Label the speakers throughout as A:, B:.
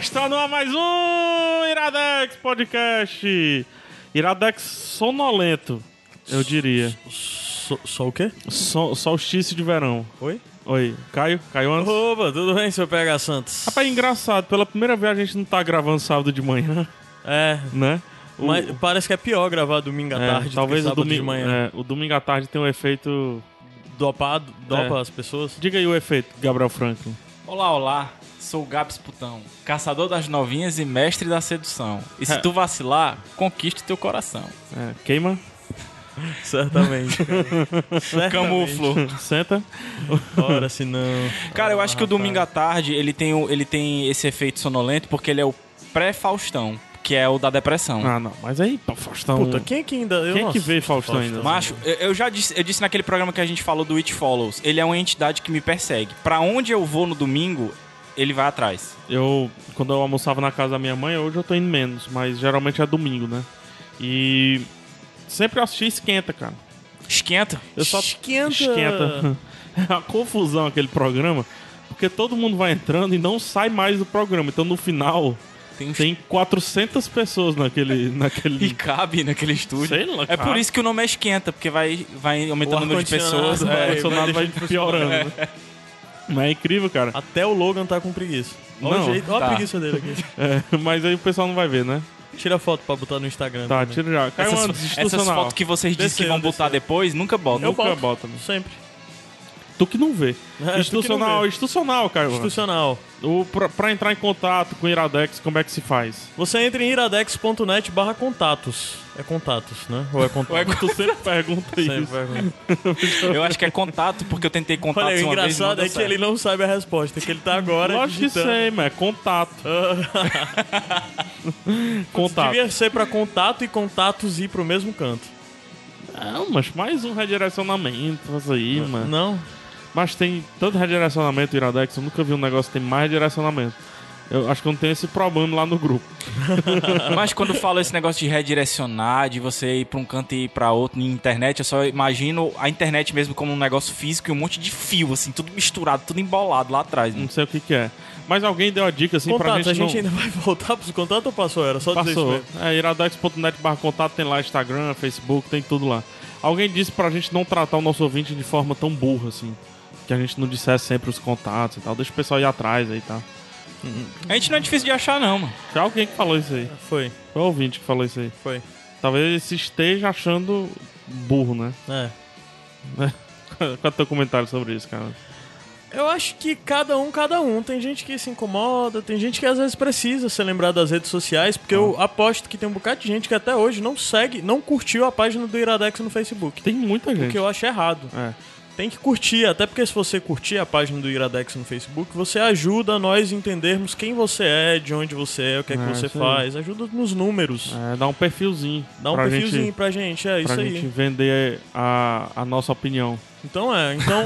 A: Está no ar mais um Iradex Podcast. Iradex sonolento, eu diria.
B: Só, só o quê?
A: Sol, solstício de verão.
B: Oi?
A: Oi, Caio? Caio antes?
B: Oba, tudo bem, seu PH Santos?
A: Rapaz, engraçado, pela primeira vez a gente não tá gravando sábado de manhã,
B: É,
A: né? O-
B: mas parece que é pior gravar domingo à
A: é,
B: tarde
A: talvez
B: do
A: o
B: que sábado
A: domingo,
B: de manhã.
A: é, o domingo à tarde tem um efeito...
B: Dopado, dopa
A: É.
B: as pessoas.
A: Diga aí o efeito, Gabriel Franklin.
C: Olá, olá. Sou o Gabs Putão, caçador das novinhas e mestre da sedução. E se tu vacilar, conquiste teu coração.
A: É, queima,
B: Certamente. cara. Certamente.
C: Camuflo.
A: senta.
B: Ora, se não.
C: Cara, eu acho que o domingo à tarde ele tem, o- ele tem esse efeito sonolento porque ele é o pré-Faustão, que é o da depressão.
A: Ah, não, mas aí, pô, Faustão...
B: Hum. Puta, Então, quem é que ainda. Eu
A: Quem
B: não
A: que vê
B: assisto
A: Faustão ainda?
C: Macho, eu- eu já disse, eu disse naquele programa que a gente falou do It Follows, ele é uma entidade que me persegue. Pra onde eu vou no domingo, ele vai atrás.
A: Eu, quando eu almoçava na casa da minha mãe, hoje eu tô indo menos, mas geralmente é domingo, né? E sempre eu assisti Esquenta, cara.
C: Esquenta.
A: Eu só
B: Esquenta.
A: Esquenta. É uma confusão aquele programa, porque todo mundo vai entrando e não sai mais do programa. Então no final
C: Tem um
A: tem 400 pessoas naquele
C: E
A: naquele
C: cabe naquele estúdio.
A: Sei lá,
C: é
A: cara.
C: por isso que o nome é esquenta, porque vai, vai aumentando o número de
B: ar-condicionado
C: pessoas.
A: o
B: vai-
C: é.
A: ar-condicionado vai
B: vai deixando
A: piorando. né? Mas é incrível, cara.
B: Até o Logan tá com preguiça. Olha
A: Não,
B: o jeito, olha
C: tá.
B: a preguiça dele aqui.
A: É, mas aí o pessoal não vai ver, né?
B: Tira a foto pra botar no Instagram.
A: Tá,
B: também.
A: tira já. Cai uma
C: Essas, essas
A: institucional.
C: fotos que vocês dizem
B: Desceu,
C: que vão botar depois, nunca botam.
A: Eu boto.
B: boto.
A: Bota, né?
B: Sempre.
A: Tu que não vê.
B: É, tu que
A: institucional,
B: não vê.
A: institucional, cara.
B: Institucional.
A: O, pra, pra entrar em contato com o Iradex, como é que se faz?
B: Você entra em iradex.net barra contatos. É contatos, né? Ou é contatos?
A: Tu sempre pergunta
B: Sempre
A: isso.
B: vai acontecer.
C: Eu acho que é contato, porque eu tentei contato
B: Olha, o
C: uma vez. e não
B: engraçado
C: deu
B: é que
C: certo.
B: ele não sabe a resposta, que ele tá agora.
A: Lógico que
B: digitando.
A: sei, mas é contato. contato.
B: Devia ser pra contato e contatos ir pro mesmo canto.
A: Não, mas mais um redirecionamento, faz aí, mano.
B: Não?
A: Mas tem tanto redirecionamento no Iradex, eu nunca vi um negócio que tem mais redirecionamento. Eu acho que eu não tenho esse problema lá no grupo.
C: Mas quando fala esse negócio de redirecionar, de você ir pra um canto e ir pra outro na internet, eu só imagino a internet mesmo como um negócio físico e um monte de fio, assim, tudo misturado, tudo embolado lá atrás. né?
A: Não sei o que que é. Mas alguém deu a dica, assim, pra
B: contatos,
A: gente
B: a gente
A: não...
B: ainda vai voltar pros contatos ou passou? Era só dizer isso
A: Passou.
B: mesmo.
A: É, iradex.net barra contato, tem lá Instagram, Facebook, tem tudo lá. Alguém disse pra gente não tratar o nosso ouvinte de forma tão burra, assim. Que a gente não dissesse sempre os contatos e tal. Deixa o pessoal ir atrás aí e tal.
B: Uhum.
C: A gente não é difícil de achar, não, mano.
A: Foi alguém que falou isso aí.
B: Foi,
A: Foi o ouvinte que falou isso aí.
B: foi.
A: Talvez ele se esteja achando burro, né?
B: É.
A: Qual é o teu comentário sobre isso, cara?
B: Eu acho que cada um, cada um. Tem gente que se incomoda, tem gente que às vezes precisa ser lembrado das redes sociais, porque eu
A: Ah.
B: aposto que tem um bocado de gente que até hoje não segue, não curtiu a página do Iradex no Facebook.
A: Tem muita
B: O
A: gente.
B: que eu acho errado.
A: É.
B: Tem que curtir, até porque se você curtir a página do Iradex no Facebook, você ajuda nós a entendermos quem você é, de onde você é, o que é que
A: É,
B: você
A: isso aí.
B: faz. Ajuda nos números.
A: É, dá um perfilzinho.
B: Dá um
A: pra
B: perfilzinho
A: Gente,
B: pra gente, é isso
A: pra
B: aí.
A: gente vender a, a nossa opinião.
B: Então é, então.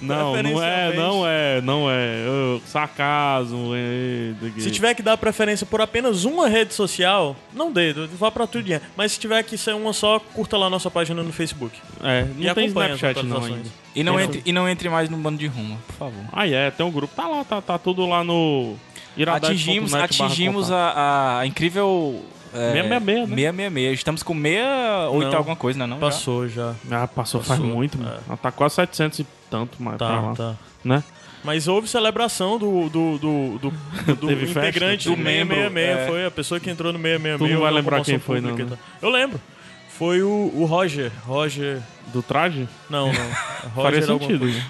A: Não, não é,
B: Preferencialmente.
A: não é, não é. Eu, sarcasmo, é, é, é.
B: se tiver que dar preferência por apenas uma rede social, não dê, vá pra tudinha. Mas se tiver que ser uma só, curta lá nossa página no Facebook.
A: É, não
B: e
A: tem
B: acompanha
A: Snapchat
B: as
A: não
B: atualizações.
A: ainda.
C: E não,
A: Tem
C: entre, e não entre mais num bando de rumo, por favor.
A: Ah, é, tem um grupo. Tá lá, tá, tá tudo lá no iradex.net
C: atingimos
A: barra
C: atingimos
A: contato.
C: a, a incrível. É,
A: 666, né?
C: 666. Estamos com 68
B: Não.
C: alguma coisa, né? Não, já?
B: Passou já.
A: Ah, passou, faz
B: Passou, é.
A: muito, mano. Ela Tá quase 700 e tanto, mas pra
B: Tá,
A: lá,
B: tá.
A: né?
B: Mas houve celebração do, do, do, do, do
A: Teve festa?
B: integrante
C: Do
B: do
C: membro,
B: 666.
C: é.
B: Foi a pessoa que entrou no 666.
A: Tu não vai
B: na
A: lembrar
B: promoção
A: quem foi, não,
B: pública e
A: né?
B: tal. Eu lembro. Foi o, o Roger. Roger.
A: Do traje?
B: Não, não. Roger
A: Faria
B: era alguma
A: sentido.
B: coisa.
A: né?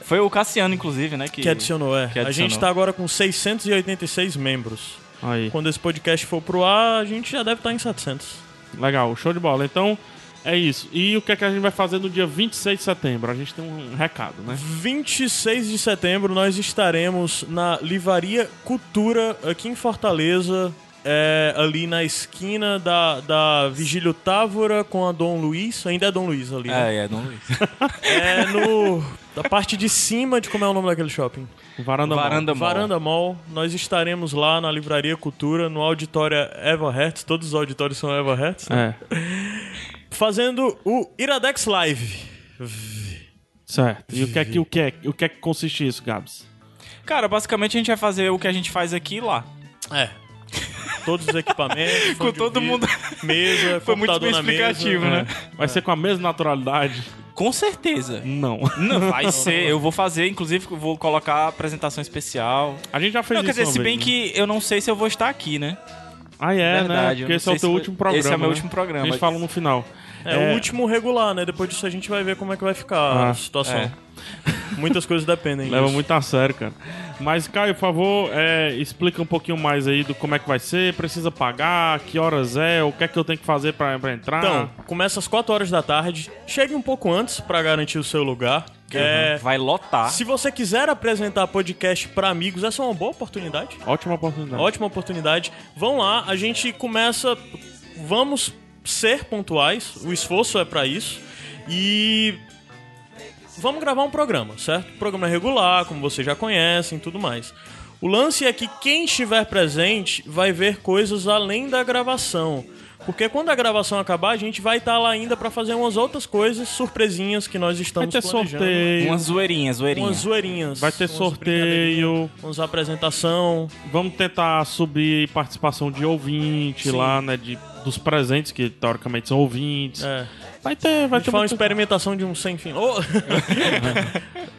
C: Foi o Cassiano, inclusive, né? Que,
B: Que adicionou, é.
C: que
B: A gente
C: adicionou.
B: tá agora com 686 membros.
A: Aí.
B: Quando esse podcast for pro ar, a gente já deve estar tá em 700.
A: Legal, show de bola. Então, É isso. E o que é que a gente vai fazer no dia 26 de setembro? A gente tem um recado, né?
B: 26 de setembro nós estaremos na Livaria Cultura aqui em Fortaleza, é, ali na esquina da, da Vigílio Távora com a Dom Luiz. Ainda é Dom Luiz ali, né?
C: É, é, Dom Luiz.
B: É no. Da parte de cima de como é o nome daquele shopping?
A: Varanda, Mall.
C: Varanda Mall.
B: Varanda Mall. Nós estaremos lá na Livraria Cultura, no auditório Eva Hertz. Todos os auditórios são Eva Hertz. né?
A: É.
B: Fazendo o Iradex Live.
A: Certo. E o que é que, o que, é, o que, é que consiste isso, Gabs?
C: Cara, basicamente a gente vai fazer o que a gente faz aqui e lá.
B: É. Todos os equipamentos.
C: Com
B: fone de
C: todo
B: ouvido,
C: mundo.
B: Mesa,
C: Foi muito
B: computador
C: bem
B: na mesa.
C: explicativo, né?
A: Vai ser com a mesma naturalidade?
C: Com certeza.
A: Não.
C: Não, vai ser. Eu vou fazer, inclusive, eu vou colocar apresentação especial.
A: A gente já fez
C: Não, quer
A: isso
C: dizer,
A: uma
C: se
A: vez,
C: bem
A: né?
C: que eu não sei se eu vou estar aqui, né?
A: Ah, é,
C: Verdade,
A: né?
C: eu
A: Porque
C: não
A: esse é o teu
C: sei se-
A: último programa.
C: esse é meu
A: né?
C: último programa.
A: A gente fala no final.
B: É, o último regular, né? Depois disso a gente vai ver como é que vai
A: Ah,
B: ficar a situação.
C: é.
B: Muitas coisas dependem.
A: Leva
B: disso.
A: muito a sério, cara. Mas, Caio, por favor, é, explica um pouquinho mais aí do como é que vai ser. Precisa pagar? Que horas é? O que é que eu tenho que fazer pra, pra entrar?
B: Então, começa às 4 horas da tarde. Chegue um pouco antes pra garantir o seu lugar. É,
C: Vai lotar.
B: Se você quiser apresentar podcast pra amigos, essa é uma boa oportunidade.
A: Ótima oportunidade.
B: Ótima oportunidade. Vão lá, a gente começa. Vamos ser pontuais, o esforço é pra isso. E. Vamos gravar um programa, certo? Programa regular, como vocês já conhecem e tudo mais. O lance é que quem estiver presente vai ver coisas além da gravação. Porque quando a gravação acabar, a gente vai estar lá ainda pra fazer umas outras coisas, surpresinhas que nós
A: Vai
B: estamos
A: ter
B: planejando.
A: sorteio.
C: Uma zoeirinha, zoeirinha.
B: Umas zoeirinhas.
A: Vai ter
B: umas
A: sorteio.
B: Vamos à apresentação.
A: Vamos tentar subir participação de ouvinte
B: Sim.
A: lá, né? De, dos presentes, que teoricamente são ouvintes.
B: É.
A: Vai ter,
B: A
A: vai
B: gente
A: ter
B: faz uma
A: muita-
B: experimentação de um sem fim. Ô!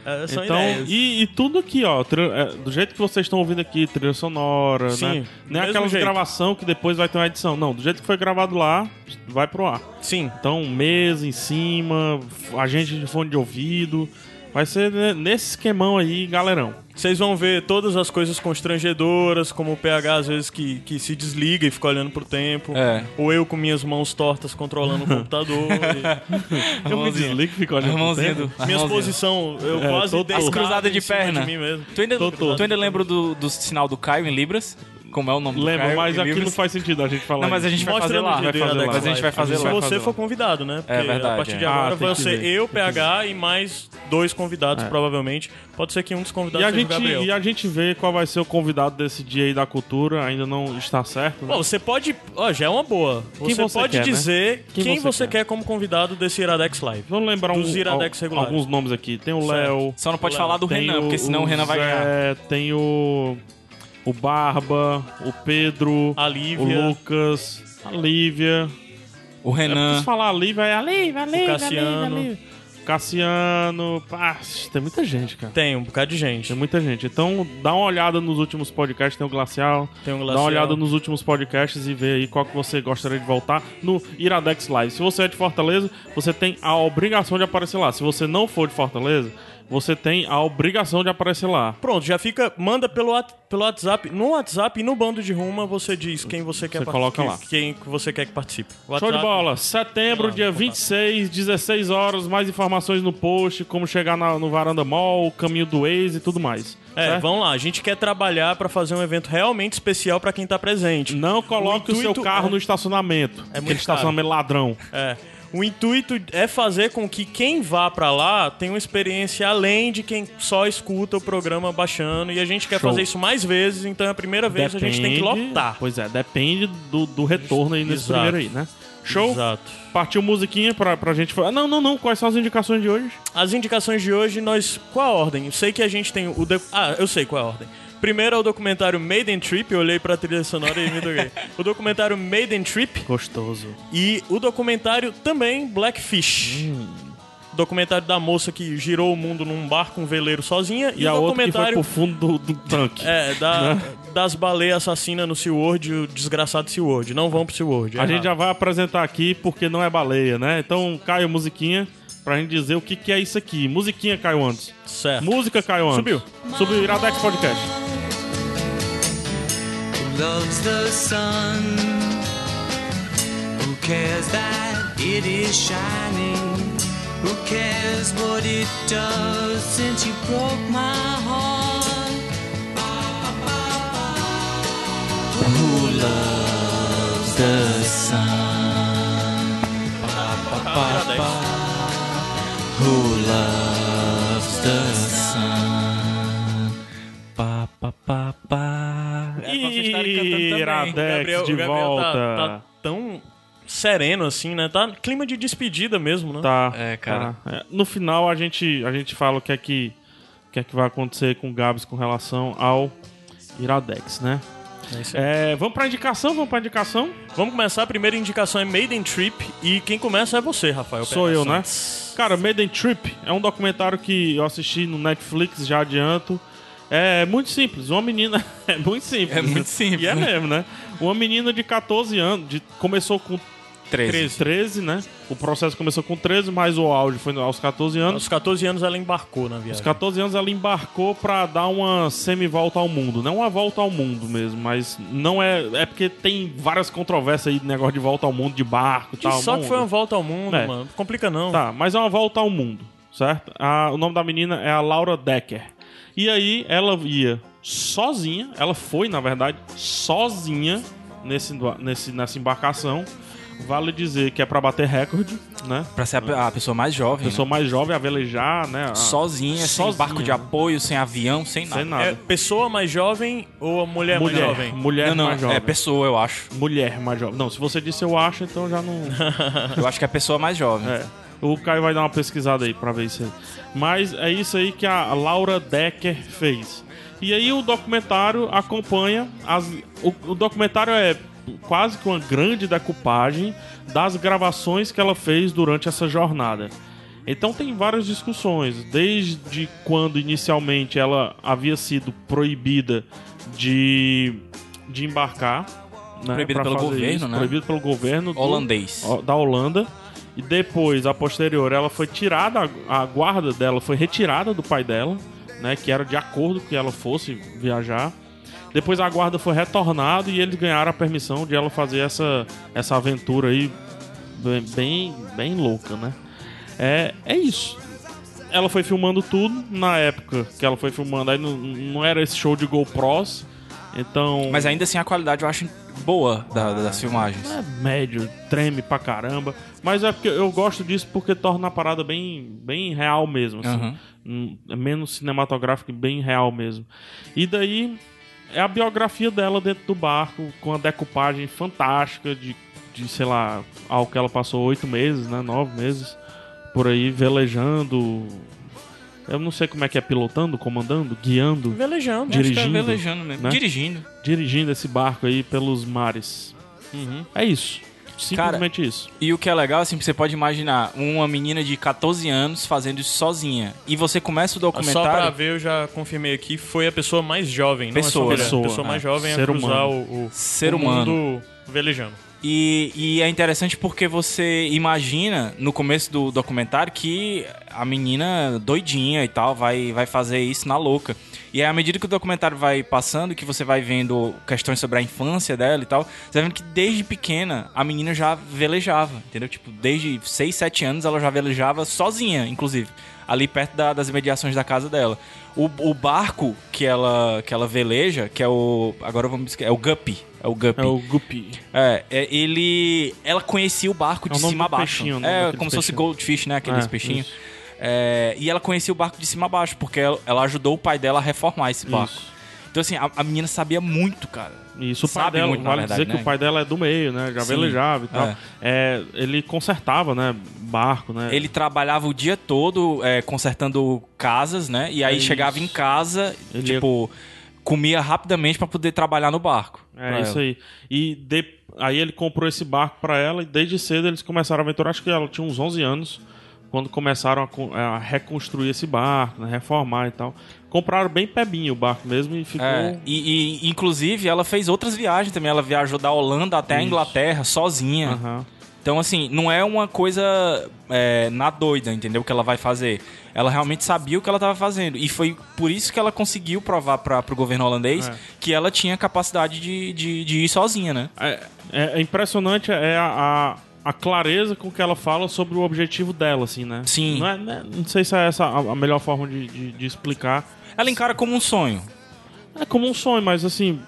B: É, são
A: Então,
B: ideias.
A: e, e tudo aqui, ó, tri- é, do jeito que vocês estão ouvindo aqui, trilha sonora,
B: Sim,
A: né?
B: do
A: Nem
B: mesmo
A: aquela
B: jeito.
A: gravação que depois vai ter uma edição. Não, do jeito que foi gravado lá, vai pro ar.
B: Sim.
A: Então, mesa em cima, f- agente de fone de ouvido. Vai ser né, nesse esquemão aí, galerão.
B: Vocês vão ver todas as coisas constrangedoras, como o PH às vezes que, que se desliga e fica olhando pro tempo.
C: É.
B: Ou eu com minhas mãos tortas controlando o computador.
C: Tá
B: E-
C: A
A: Eu me
C: mãozinha.
A: desligo e fico
C: A
A: olhando. pro
C: mãozinha
A: tempo.
C: do- a
B: Minhas
C: mãozinha.
B: posição, eu
A: É,
B: quase
A: todo-
B: deitado
C: As cruzadas de
B: em cima
C: perna.
B: De mim mesmo.
C: Tu ainda,
B: Totô.
C: tu ainda lembra do, do sinal do Caio em Libras? Como é o nome do
A: Lembra,
C: Caio
A: mas
C: em
A: aqui
C: Libras?
A: não faz sentido a gente falar.
C: Não, mas a
A: isso.
C: gente vai
B: Mostra
C: fazer
B: no
C: lá.
B: dia
A: vai
B: do
A: fazer lá.
B: Iradex
A: Mas
C: a gente vai
B: Live.
C: fazer
B: Se
C: lá.
A: Vai
B: você
A: fazer
B: for
A: lá.
B: convidado, né? Porque
C: verdade,
B: A partir de
C: é.
A: Ah,
B: agora
A: tem
B: vai
A: que
B: ser
A: ver,
B: eu,
A: tem que
B: PH e mais dois
C: É.
B: convidados, provavelmente. Pode ser que um dos
A: E
B: convidados
A: a,
B: seja o
A: gente,
B: Gabriel.
A: e a gente vê qual vai ser o convidado desse dia aí da cultura, ainda não está certo. né?
B: Bom, você pode. Ó, já é uma boa. Você,
A: Quem você
B: pode
A: quer, né?
B: dizer
A: Quem
B: quem,
A: você
B: você,
A: quer.
B: quer. como convidado desse Iradex Live.
A: Vamos lembrar
B: Dos
A: um-
B: Iradex
A: al-
B: regulares.
A: alguns nomes aqui. Tem o
B: Certo.
A: Léo.
C: Só não pode
B: Tem
C: falar do
A: tem
C: Renan, porque senão o Renan vai
A: Zé,
C: ganhar.
A: Tem o. O Barba, o Pedro,
B: A Lívia.
A: o Lucas, a Lívia.
C: O
A: É preciso
C: Renan.
A: falar a Lívia, é a Lívia, a Lívia, a Lívia, a
B: Cassiano.
A: Lívia. Cassiano. Ah, tem muita gente, cara.
B: Tem um bocado de gente.
A: Tem muita gente. Então, dá uma olhada nos últimos podcasts, tem o Glacial.
B: Tem um
A: Dá uma
B: glacial.
A: olhada nos últimos podcasts e vê aí qual que você gostaria de voltar no Iradex Live. Se você é de Fortaleza, você tem a obrigação de aparecer lá. Se você não for de Fortaleza, você tem a obrigação de aparecer lá.
B: Pronto, já fica. Manda pelo, Whats- pelo WhatsApp. No WhatsApp e no bando de ruma você diz quem você quer
A: Você
B: partic-
A: coloca lá.
B: que- Quem que você quer que participe.
A: Show
B: WhatsApp.
A: de bola! Setembro,
B: Lá,
A: dia
B: contato.
A: 26, 16 horas. Mais informações no post, como chegar na- no Varanda Mall, o caminho do Waze e tudo mais.
B: É,
A: certo?
B: vamos lá. A gente quer trabalhar pra fazer um evento realmente especial pra quem tá presente.
A: Não coloque o,
B: O
A: seu
B: intuito
A: carro
B: é-
A: no estacionamento.
B: É muito
A: aquele estacionamento ladrão.
B: É. O intuito é fazer com que quem vá pra lá tenha uma experiência além de quem só escuta o programa baixando. E a gente quer
A: Show.
B: fazer isso mais vezes, então é a primeira vez que a gente tem que
A: Depende-
B: lotar.
A: Pois é, depende do, do retorno aí nesse
B: Exato.
A: primeiro aí, né? Show?
B: Exato.
A: Partiu musiquinha pra, pra gente falar. Não, não, não. Quais são as indicações de hoje?
B: As indicações de hoje, nós. Qual a ordem? Eu sei que a gente tem o. doc- Ah, eu sei qual é a ordem. Primeiro é o documentário Maiden Trip, eu olhei pra trilha sonora e me doguei. O documentário Maiden Trip
A: Gostoso.
B: e o documentário também Blackfish.
A: Hum.
B: Documentário da moça que girou o mundo num barco, um veleiro sozinha.
A: E,
B: E,
A: a
B: o
A: outra que foi
B: documentário
A: pro fundo do, do tanque.
B: É,
A: Né?
B: da- das baleias assassinas no SeaWorld, o desgraçado SeaWorld. Não vão pro SeaWorld.
A: A
B: é
A: gente
B: errado.
A: já vai apresentar aqui porque não é baleia, né? Então, Caio, musiquinha pra gente dizer o que, que é isso aqui. Musiquinha, Caio Antes.
B: Certo.
A: Música, Caio Antes.
B: Subiu.
A: Subiu, Iradex Podcast.
D: who loves the sun? Who cares that it is shining. Who cares what it does since you broke my heart? Who loves the sun? Who loves the sun? Ba, ba, ba, ba.
C: É pra vocês estarem cantando também.
A: Iradex
B: Gabriel-
A: de
B: o Gabriel
A: volta.
B: tá- Tá, tão sereno assim, né? Tá clima de despedida mesmo, né?
A: Tá.
C: É, cara.
A: tá. É, no final a gente, a gente fala o que é que, o que é que vai acontecer com o Gabs com relação ao Iradex, né?
B: É isso aí.
A: É, vamos pra indicação, vamos pra indicação.
B: Vamos começar. A primeira indicação é Maiden Trip. E quem começa é você, Rafael.
A: Sou
B: Pena
A: eu, né?
B: Santos.
A: Cara, Maiden Trip é um documentário que eu assisti no Netflix, já adianto. É muito simples, uma menina. É muito simples.
C: É muito simples,
A: E é
C: né?
A: mesmo, né? Uma menina de 14 anos, de- começou com
C: 13.
A: 13. né? O processo começou com 13, mas o auge foi aos 14 anos.
B: Aos 14 anos ela embarcou na
A: Aos
B: viagem.
A: 14 anos ela embarcou pra dar uma semi-volta ao mundo, né? Uma volta ao mundo mesmo, mas não é. É porque tem várias controvérsias aí de negócio de volta ao Tá, mundo de barco e
B: Que
A: tal.
B: só que
A: não-
B: foi uma volta ao mundo,
A: É.
B: mano. Complica não.
A: Tá, mas é uma volta ao mundo, certo? A- o nome da menina é a Laura Decker. E aí ela ia sozinha, ela foi, na verdade, sozinha nesse, nesse, nessa embarcação. Vale dizer que é pra bater recorde, né?
C: Pra ser a, a pessoa mais jovem.
A: Pessoa mais jovem a velejar, né? A-
C: né? Sozinha,
A: Sozinha.
C: sem barco de apoio, sem avião, sem nada.
A: Sem nada.
B: É pessoa mais jovem ou a mulher,
A: mulher,
B: mais jovem?
A: mulher
C: não, não,
A: mais jovem.
C: é pessoa, eu acho.
A: Mulher mais jovem. Não, se você disse eu acho, então já não.
C: Eu acho que é a pessoa mais jovem.
A: É. O Caio vai dar uma pesquisada aí pra ver isso aí. Mas é isso aí que a Laura Decker fez. E aí o documentário acompanha as. O, o documentário é quase que uma grande decupagem das gravações que ela fez durante essa jornada. Então tem várias discussões, desde quando inicialmente ela havia sido proibida de, de embarcar. né,
C: Proibida
A: pra
C: pelo
A: fazer
C: governo,
A: isso,
C: né?
A: Proibido pelo governo do-
C: Holandês.
A: Ó, da Holanda. E depois, a posterior, ela foi tirada, a a guarda dela foi retirada do pai dela, né? Que era de acordo que ela fosse viajar. Depois a guarda foi retornada e eles ganharam a permissão de ela fazer essa, essa aventura aí bem, bem, bem louca, né? É, é isso. Ela foi filmando tudo na época que ela foi filmando. Aí não, não era esse show de GoPros, então...
C: Mas ainda assim a qualidade eu acho boa da- das filmagens.
A: É médio, treme pra caramba. Mas é porque eu gosto disso porque torna a parada bem, bem real mesmo. assim.
C: Aham.
A: Hum, é Menos cinematográfico e bem real mesmo. E daí é a biografia dela dentro do barco, com a decupagem fantástica de, de sei lá, ao que ela passou oito meses, né? Nove meses, por aí, velejando. Eu não sei como é que é pilotando, comandando, guiando,
B: Velejando.
A: Dirigindo,
C: Acho que é velejando mesmo.
A: né?
C: Dirigindo.
A: dirigindo esse barco aí pelos mares. É isso. Simplesmente isso.
C: E o que é legal, assim, você pode imaginar uma menina de 14 anos fazendo isso sozinha. E você começa o
B: Só pra
C: documentário.
B: ver, eu já confirmei aqui, foi a pessoa mais jovem. não é só
C: Pessoa,
B: mulher.
A: pessoa,
B: pessoa mais
A: é.
B: jovem
A: Ser
B: a cruzar
A: humano. Hum.
B: o, o-
C: Ser
B: o
C: humano.
B: mundo velejando.
C: E, e é interessante porque você imagina no começo do documentário que a menina doidinha e tal vai, vai fazer isso na louca. E aí, à medida que o documentário vai passando, que você vai vendo questões sobre a infância dela e tal, você vai vendo que desde pequena a menina já velejava, entendeu? Tipo, desde 6, 7 anos ela já velejava sozinha, inclusive, ali perto da- das imediações da casa dela. O, o barco que ela, que ela veleja, que é o. Agora vamos esquecer. É o Guppy. É o Guppy.
A: É o Guppy.
C: É, é, ele. Ela conhecia o barco
A: É
C: de
A: o nome
C: cima a
A: do
C: baixo.
A: peixinho, né,
C: é,
A: daqueles
C: como se fosse
A: peixinhos.
C: Goldfish, né? Aqueles
A: É,
C: peixinhos.
A: isso.
C: É, e ela conhecia o barco de cima a baixo, porque ela, ela ajudou o pai dela a reformar esse barco.
A: Isso.
C: Então, assim, a, a menina sabia muito, cara.
A: Isso, o pai
C: Sabe
A: dela,
C: muito, na
A: vale
C: verdade,
A: dizer que
C: né?
A: o pai dela é do meio, né? Já
C: Sim.
A: velejava e tal.
C: É.
A: É, ele consertava, né? Barco, né?
C: Ele trabalhava o dia todo é, consertando casas, né? E aí
A: É Isso.
C: chegava em casa,
A: Ele ia-
C: tipo, comia rapidamente pra poder trabalhar no barco.
A: É isso aí. E de- aí ele comprou esse barco pra ela e desde cedo eles começaram a aventura. Acho que ela tinha uns 11 anos quando começaram a, con- a reconstruir esse barco, né? reformar e tal. Compraram bem pebinho o barco mesmo e ficou.
C: É, e, e, inclusive ela fez outras viagens também. Ela viajou da Holanda até a
A: Isso.
C: Inglaterra sozinha.
A: Aham.
C: Então, assim, não é uma coisa é, na doida, entendeu? Que ela vai fazer. Ela realmente sabia o que ela estava fazendo. E foi por isso que ela conseguiu provar para o governo holandês
A: É.
C: que ela tinha capacidade de, de, de ir sozinha, né?
A: É, é- é impressionante é a, a- a clareza com que ela fala sobre o objetivo dela, assim, né?
C: Sim.
A: Não, é- né? não sei se é essa a a melhor forma de, de- de explicar.
C: Ela encara como um sonho.
A: É como um sonho, mas assim,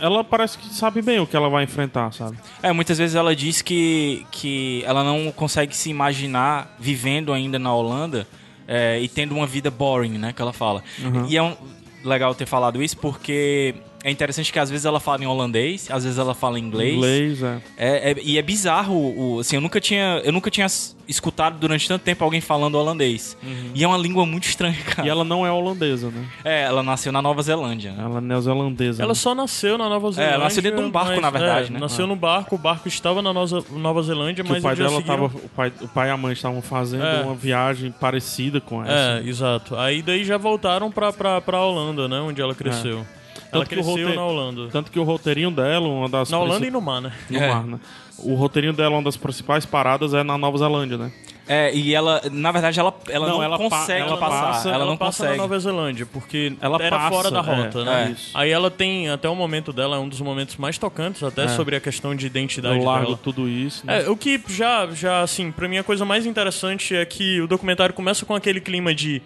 A: ela parece que sabe bem o que ela vai enfrentar, sabe?
C: É, muitas vezes ela diz que, que ela não consegue se imaginar vivendo ainda na Holanda é, e tendo uma vida boring, né? Que ela fala. E é um- legal ter falado isso porque é interessante que às vezes ela fala em holandês, às vezes ela fala em inglês.
A: Inglês, é.
C: É, é- e é bizarro, o, assim, eu nunca tinha, eu nunca tinha s- escutado durante tanto tempo alguém falando holandês. E é uma língua muito estranha,
B: Ah.
C: cara.
A: Uhum. E ela não é holandesa, né?
C: É, ela nasceu na Nova Zelândia, né?
A: Ela é neozelandesa.
B: Ela
A: né?
B: só nasceu na Nova Zelândia.
C: ela nasceu dentro de um barco,
B: mas-
C: na verdade,
B: é,
C: né?
B: Nasceu no barco, o barco estava na Nova, Nova Zelândia,
A: Ah. Que
B: mas
A: o pai
B: eles já
A: dela
B: seguiram-
A: tava. O pai, o pai e a mãe estavam fazendo
B: assim, É.
A: uma viagem parecida com essa.
B: É, exato. Aí daí já voltaram pra, pra, pra Holanda, né? Onde ela cresceu. Ela
A: É. Tanto que o
B: cresceu
A: roteiro-
B: na Holanda.
A: Tanto que o roteirinho dela, uma das.
B: Na Holanda e
A: princi-
B: no mar, né?
A: no mar, né? O roteirinho dela, uma das principais paradas é na Nova Zelândia, né?
C: É, e ela, na verdade, ela, ela não,
A: Não, ela pa-
C: consegue
A: ela
C: passar.
A: passa-
C: ela, não
B: passa
C: consegue.
B: na Nova Zelândia, porque
A: Ela
B: era
A: passa,
B: fora da
A: é,
B: rota,
C: é
B: né?
A: isso.
B: Aí ela tem até o momento dela, é um dos momentos mais tocantes, até sobre a questão de identidade
A: É. Eu largo
B: dela.
A: tudo isso. Né?
B: É, o que já, já assim, pra mim a coisa mais interessante é que o documentário começa com aquele clima de.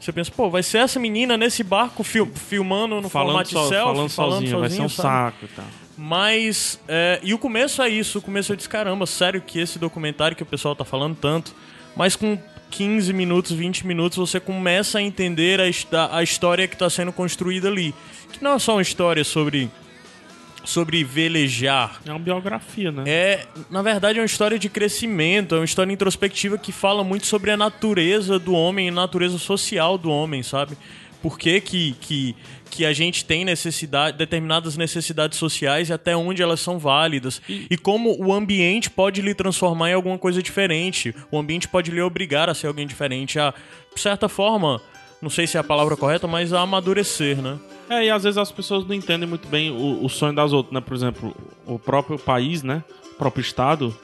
B: Você pensa, pô, vai ser essa menina nesse barco fil- filmando no
A: falando,
B: formato
A: so,
B: selfie,
A: falando sozinha, vai ser um
B: sabe?
A: saco e tal.
B: Mas. é, e o começo é isso. O começo eu disse: caramba, sério que esse documentário que o pessoal tá falando tanto. Mas com 15 minutos, 20 minutos, você começa a entender a, his- a história que tá sendo construída ali. Que não é só uma história sobre. sobre velejar.
A: É uma biografia, né?
B: É, na verdade, é uma história de crescimento, é uma história introspectiva que fala muito sobre a natureza do homem, a natureza social do homem, sabe? Por que que, que, que a gente tem necessidade, determinadas necessidades sociais e até onde elas são válidas. E, como o ambiente pode lhe transformar em alguma coisa diferente. O ambiente pode lhe obrigar a ser alguém diferente, a, de certa forma, não sei se é a palavra correta, mas a amadurecer, né?
A: É, e às vezes as pessoas não entendem muito bem o, o sonho das outras, né? Por exemplo, o próprio país, né? O próprio estado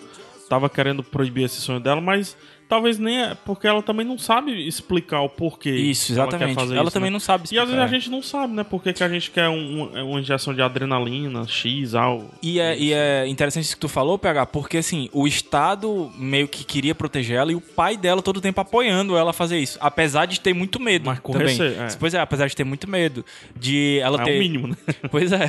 A: tava querendo proibir esse sonho dela, mas talvez nem é, porque ela também não sabe explicar o porquê.
C: Isso,
A: que ela
C: exatamente.
A: quer fazer
C: Ela,
A: isso,
C: também
A: né?
C: não sabe
A: E às vezes
C: explicar.
A: a gente não sabe, né? Por que, que a gente quer um- um- uma injeção de adrenalina, X, algo.
C: E é, e é interessante isso que tu falou, PH, porque assim, o Estado meio que queria proteger ela e o pai dela todo tempo apoiando ela a fazer isso. Apesar de ter muito medo.
A: Mas com
C: também.
A: receio, é.
C: Pois é, apesar de ter muito medo. De ela
A: É
C: ter.
A: o mínimo, né?
C: Pois é.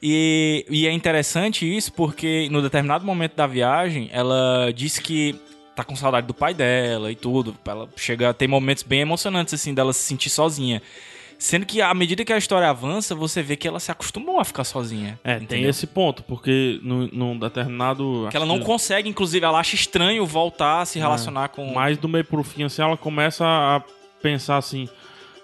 C: E, e é interessante isso porque no determinado momento da viagem, ela disse que tá com saudade do pai dela e tudo. Ela chega a ter momentos bem emocionantes, assim, dela se sentir sozinha. Sendo que à medida que a história avança, você vê que ela se acostumou a ficar sozinha.
A: É, tem
C: entendeu?
A: esse ponto, porque num, num determinado.
C: Que ela
A: acho
C: não consegue, inclusive, ela acha estranho voltar
A: É.
C: a se relacionar com.
A: mais do meio pro fim, assim, ela começa a pensar assim,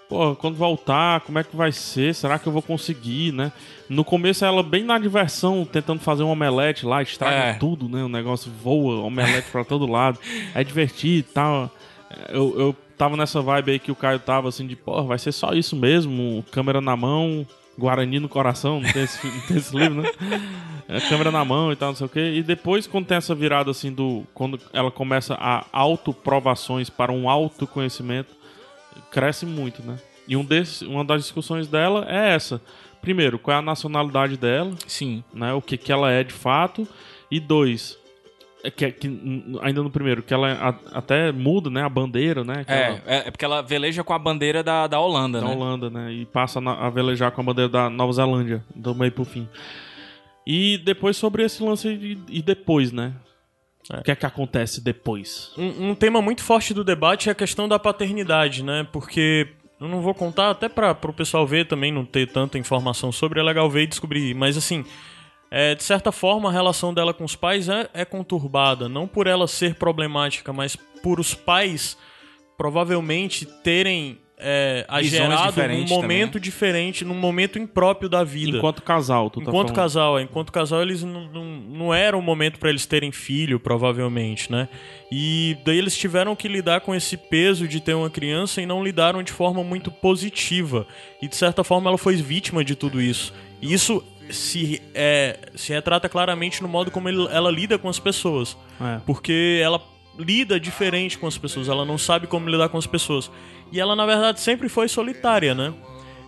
A: pô, quando voltar, como é que vai ser? Será que eu vou conseguir, né? No começo ela bem na diversão, tentando fazer um omelete lá, estraga
C: É.
A: tudo, né? O negócio voa, omelete pra todo lado. É divertido e tal. Eu, eu tava nessa vibe aí que o Caio tava, assim, de, pô, vai ser só isso mesmo, câmera na mão... Guarani no coração, não tem esse, não tem esse livro, né? É, câmera na mão e tal, não sei o quê. E depois, quando tem essa virada assim do. Quando ela começa a autoprovações para um autoconhecimento, cresce muito, né? E um desses, uma das discussões dela é essa. Primeiro, qual é a nacionalidade dela,
C: Sim.
A: né? O que, que ela é de fato. E dois, é que, que n- ainda no primeiro, que ela é a- até muda, né? A bandeira, né? Que
C: É,
A: ela-
C: é, é porque ela veleja com a bandeira da, da Holanda,
A: da
C: né?
A: Holanda, né? E passa na- a velejar com a bandeira da Nova Zelândia, do meio pro fim. E depois sobre esse lance de, e depois, né?
B: É.
A: O que é que acontece depois?
B: Um, um tema muito forte do debate é a questão da paternidade, né? Porque eu não vou contar até para o pessoal ver também, não ter tanta informação sobre, é legal ver e descobrir. Mas assim, é, de certa forma a relação dela com os pais é, é conturbada, não por ela ser problemática, mas por os pais provavelmente terem é, a
C: Visões
B: gerado num
C: diferentes também, né?
B: momento diferente, num momento impróprio da vida.
A: Enquanto casal, tu tá
B: Enquanto
A: falando.
B: casal, é. enquanto casal eles não, não, não era o momento pra eles terem filho, provavelmente, né? E daí eles tiveram que lidar com esse peso de ter uma criança e não lidaram de forma muito positiva. E de certa forma ela foi vítima de tudo isso. E isso se, é, se retrata claramente no modo como ele- ela lida com as pessoas.
A: É.
B: Porque ela lida diferente com as pessoas, ela não sabe como lidar com as pessoas. E ela, na verdade, sempre foi solitária, né?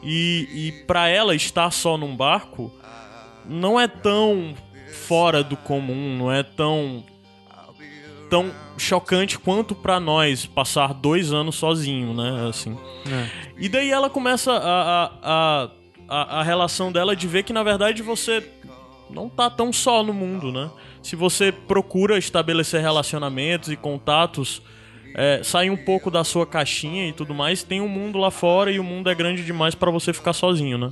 B: E, e para ela estar só num barco não é tão fora do comum, não é tão tão chocante quanto pra nós passar dois anos sozinho, né? Assim. E daí ela começa a, a, a, a, a relação dela de ver que, na verdade, você não tá tão só no mundo, né? Se você procura estabelecer relacionamentos e contatos, é, sair um pouco da sua caixinha e tudo mais, tem um mundo lá fora e o mundo é grande demais pra você ficar sozinho, né?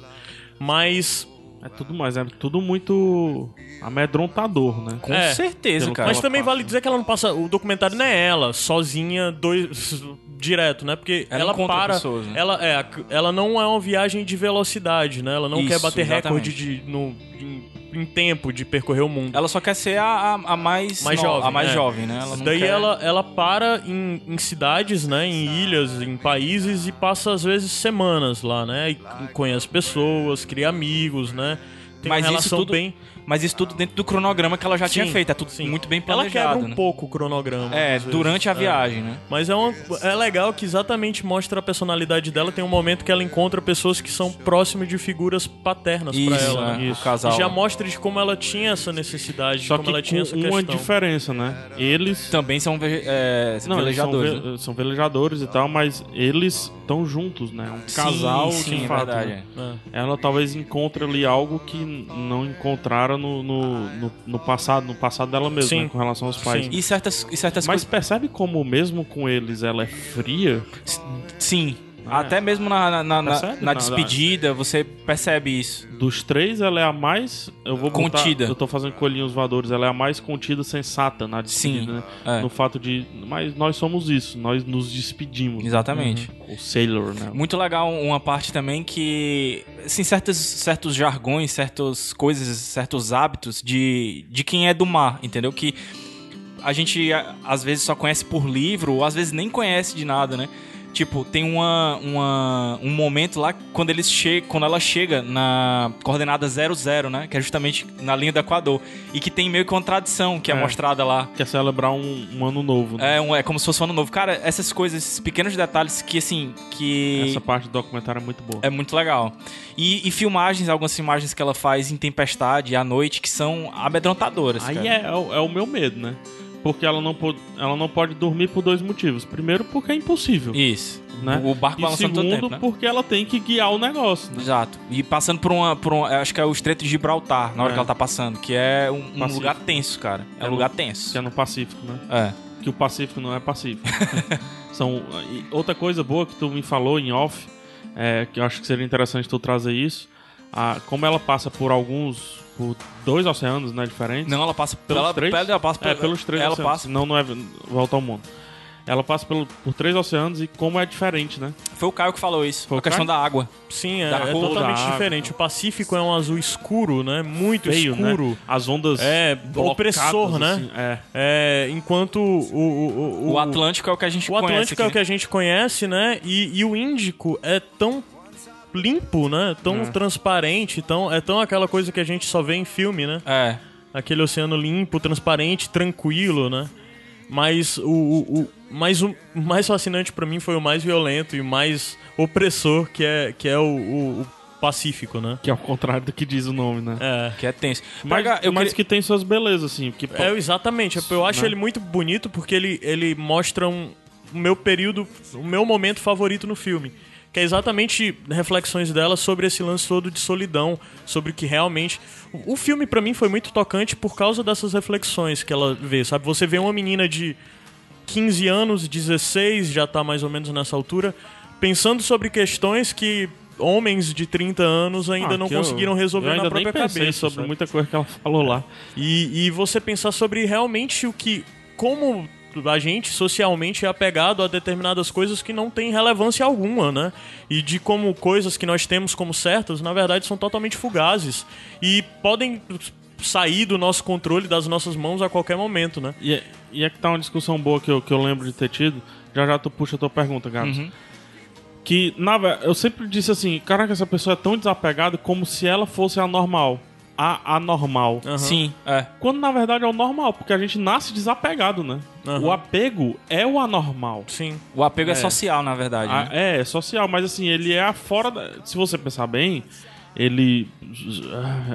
B: Mas
A: É tudo mais, é tudo muito amedrontador, né?
C: Com
B: É.
C: certeza,
A: Pelo-
C: cara.
B: Mas
A: ela
B: também
A: passa.
B: vale dizer que ela não passa. O documentário não é ela, sozinha, dois. direto, né? Porque
C: Ela
B: ela,
C: encontra
B: para.
C: pessoas, né?
B: Ela, é, a- ela não é uma viagem de velocidade, né? Ela não quer
C: Isso,
B: bater recorde
C: exatamente.
B: de, no, em, em tempo de percorrer o mundo.
C: Ela só quer ser a, a, a mais,
B: Mais
C: no-
B: jovem,
C: a mais
B: é.
C: jovem, né? Ela não
B: Daí
C: quer-
B: ela, ela para em, em cidades, né? Em ilhas, em países e passa às vezes semanas lá, né? E conhece pessoas, cria amigos, né? Tem uma
C: Mas isso
B: relação
C: tudo-
B: bem.
C: Mas isso tudo dentro do cronograma que ela já tinha
B: Sim,
C: feito. É tudo
B: sim.
C: muito bem
B: Ela
C: planejado,
B: quebra um
C: né?
B: pouco o cronograma.
C: É,
B: às vezes.
C: durante a
B: É.
C: viagem, né?
B: Mas é, uma, é legal que exatamente mostra a personalidade dela. Tem um momento que ela encontra pessoas que são próximas de figuras paternas pra
C: Isso,
B: ela.
C: né?
B: né?
C: o casal.
B: E já mostra de como ela tinha essa necessidade,
A: Só
B: como
A: que
B: ela tinha essa
A: com uma
B: questão.
A: diferença, né? Eles
C: Também são ve- é,
A: Não, eles são,
C: velejadores,
A: ve- eh,
C: né?
A: são velejadores e tal, mas eles estão juntos, né? Um casal
C: sim,
A: de
C: é
A: fato.
C: verdade,
A: né? Ela talvez encontre ali algo que n- não encontraram no, no, no, no passado, no passado dela mesma,
B: Sim.
A: né? com relação aos pais.
B: Sim.
C: é. E certas, e certas
A: Mas percebe como mesmo com eles ela é fria?
C: coisas. Sim.
A: Ah,
C: Até mesmo na, na, na- na-
A: Percebe?
C: na
A: Não,
C: despedida, você percebe isso.
A: Dos três, ela é a mais. Eu vou botar-
C: Contida.
A: eu tô fazendo coelhinhos voadores. Ela é a mais contida, sensata na despedida,
C: Sim,
A: né?
C: é.
A: No fato de. Mas nós somos isso, nós nos despedimos.
C: Exatamente.
A: O Sailor, né?
C: Muito legal uma parte também que. Assim, certos, certos jargões, certas coisas, certos hábitos de, de quem é do mar, entendeu? Que a gente a- às vezes só conhece por livro, ou às vezes nem conhece de nada, né? Tipo, tem uma, uma, um momento lá quando eles che quando ela chega na coordenada 00, né? Que é justamente na linha do Equador. E que tem meio que uma tradição que é.
A: É.
C: mostrada lá.
A: Quer celebrar um, um ano novo, né?
C: É, um, é como se fosse um ano novo. Cara, essas coisas, esses pequenos detalhes que, assim, que...
A: Essa parte do documentário é muito boa.
C: É muito legal. E, e filmagens, algumas filmagens que ela faz em tempestade, à noite, que são amedrontadoras.
A: Aí
C: cara.
A: é, é o- é o meu medo, né? Porque ela não, pode, ela não pode dormir por dois motivos. Primeiro, porque é impossível.
C: Isso.
A: né?
C: O barco
A: E
C: balançando todo
A: segundo,
C: tempo, né?
A: porque ela tem que guiar o negócio, né?
C: Exato. E passando por uma, por uma- Acho que é o Estreito de Gibraltar, na hora
A: É.
C: que ela tá passando, que é um- um,
A: Pacífico.
C: lugar tenso, cara.
A: É
C: É, um
A: um-
C: lugar
A: Que
C: tenso.
A: é no Pacífico, né?
C: É.
A: Que o Pacífico não é Pacífico. São, e outra coisa boa que tu me falou em off, é, que eu acho que seria interessante tu trazer isso, a, como ela passa por alguns... Por dois oceanos, né? Diferentes.
C: Não, ela passa
A: Pelos
C: pela,
A: três?
C: pela- Ela passa
A: É,
C: pela-
A: pelos três
C: Ela
A: oceanos.
C: passa.
A: Senão não é volta ao mundo. Ela passa pelo- por três oceanos e como é diferente, né?
C: Foi o Caio que falou
A: Foi
C: isso. Foi
A: o
C: a questão da água.
B: Sim, é,
C: Da
B: é
C: cor da
B: totalmente
A: água.
B: diferente. O Pacífico é um azul escuro, né? Muito
A: Feio,
B: escuro.
A: né? As ondas.
B: É,
A: blocadas,
B: opressor, né?
A: assim, é.
B: É, enquanto o, o, o,
C: O Atlântico é o que a gente
B: o
C: conhece.
B: Atlântico é o
C: aqui,
B: que a gente conhece, né? E, e o Índico é tão limpo, né?
C: É.
B: Tão transparente, tão, é tão aquela coisa que a gente só vê em filme, né?
C: né? É.
B: Aquele oceano limpo, transparente, tranquilo, né? Mas o, o, o- mas o mais fascinante pra mim foi o mais violento e o mais opressor, que é, que é o, o- o Pacífico, né?
A: Que é o contrário do que diz o nome, né?
B: É.
C: Que é tenso.
A: Mas,
C: Pega- eu
A: mas
C: queria-
A: que tem suas belezas, assim. Porque,
B: É, exatamente. Eu acho
A: né?
B: ele muito bonito porque ele, ele mostra um, o meu período, o meu momento favorito no filme. Que é exatamente reflexões dela sobre esse lance todo de solidão, sobre o que realmente. O o filme, pra mim, foi muito tocante por causa dessas reflexões que ela vê, sabe? Você vê uma menina de 15 anos, 16, já tá mais ou menos nessa altura, pensando sobre questões que homens de 30 anos ainda
A: Ah,
B: não
A: que eu-
B: conseguiram resolver
A: eu ainda
B: na própria
A: nem pensei
B: cabeça.
A: sobre
B: sabe?
A: muita coisa que ela falou lá.
B: E, e você pensar sobre realmente o que. Como a gente socialmente é apegado a determinadas coisas que não têm relevância alguma, né? E de como coisas que nós temos como certas, na verdade, são totalmente fugazes. E podem sair do nosso controle, das nossas mãos a qualquer momento, né?
A: E é, e é que tá uma discussão boa que eu, que eu lembro de ter tido. Já já tu puxa a tua pergunta, Gato.
B: Uhum.
A: Que, na ve- eu sempre disse assim, caraca, essa pessoa é tão desapegada como se ela fosse a normal. A anormal.
B: Ah.
C: Sim, é.
A: Quando na verdade é o normal, porque a gente nasce desapegado, né?
B: Aham.
A: O apego é o anormal.
B: Sim.
C: O apego é,
A: É.
C: social, na verdade.
A: Ah,
C: né?
A: é, é social, mas assim, ele é a fora da. Se você pensar bem, ele.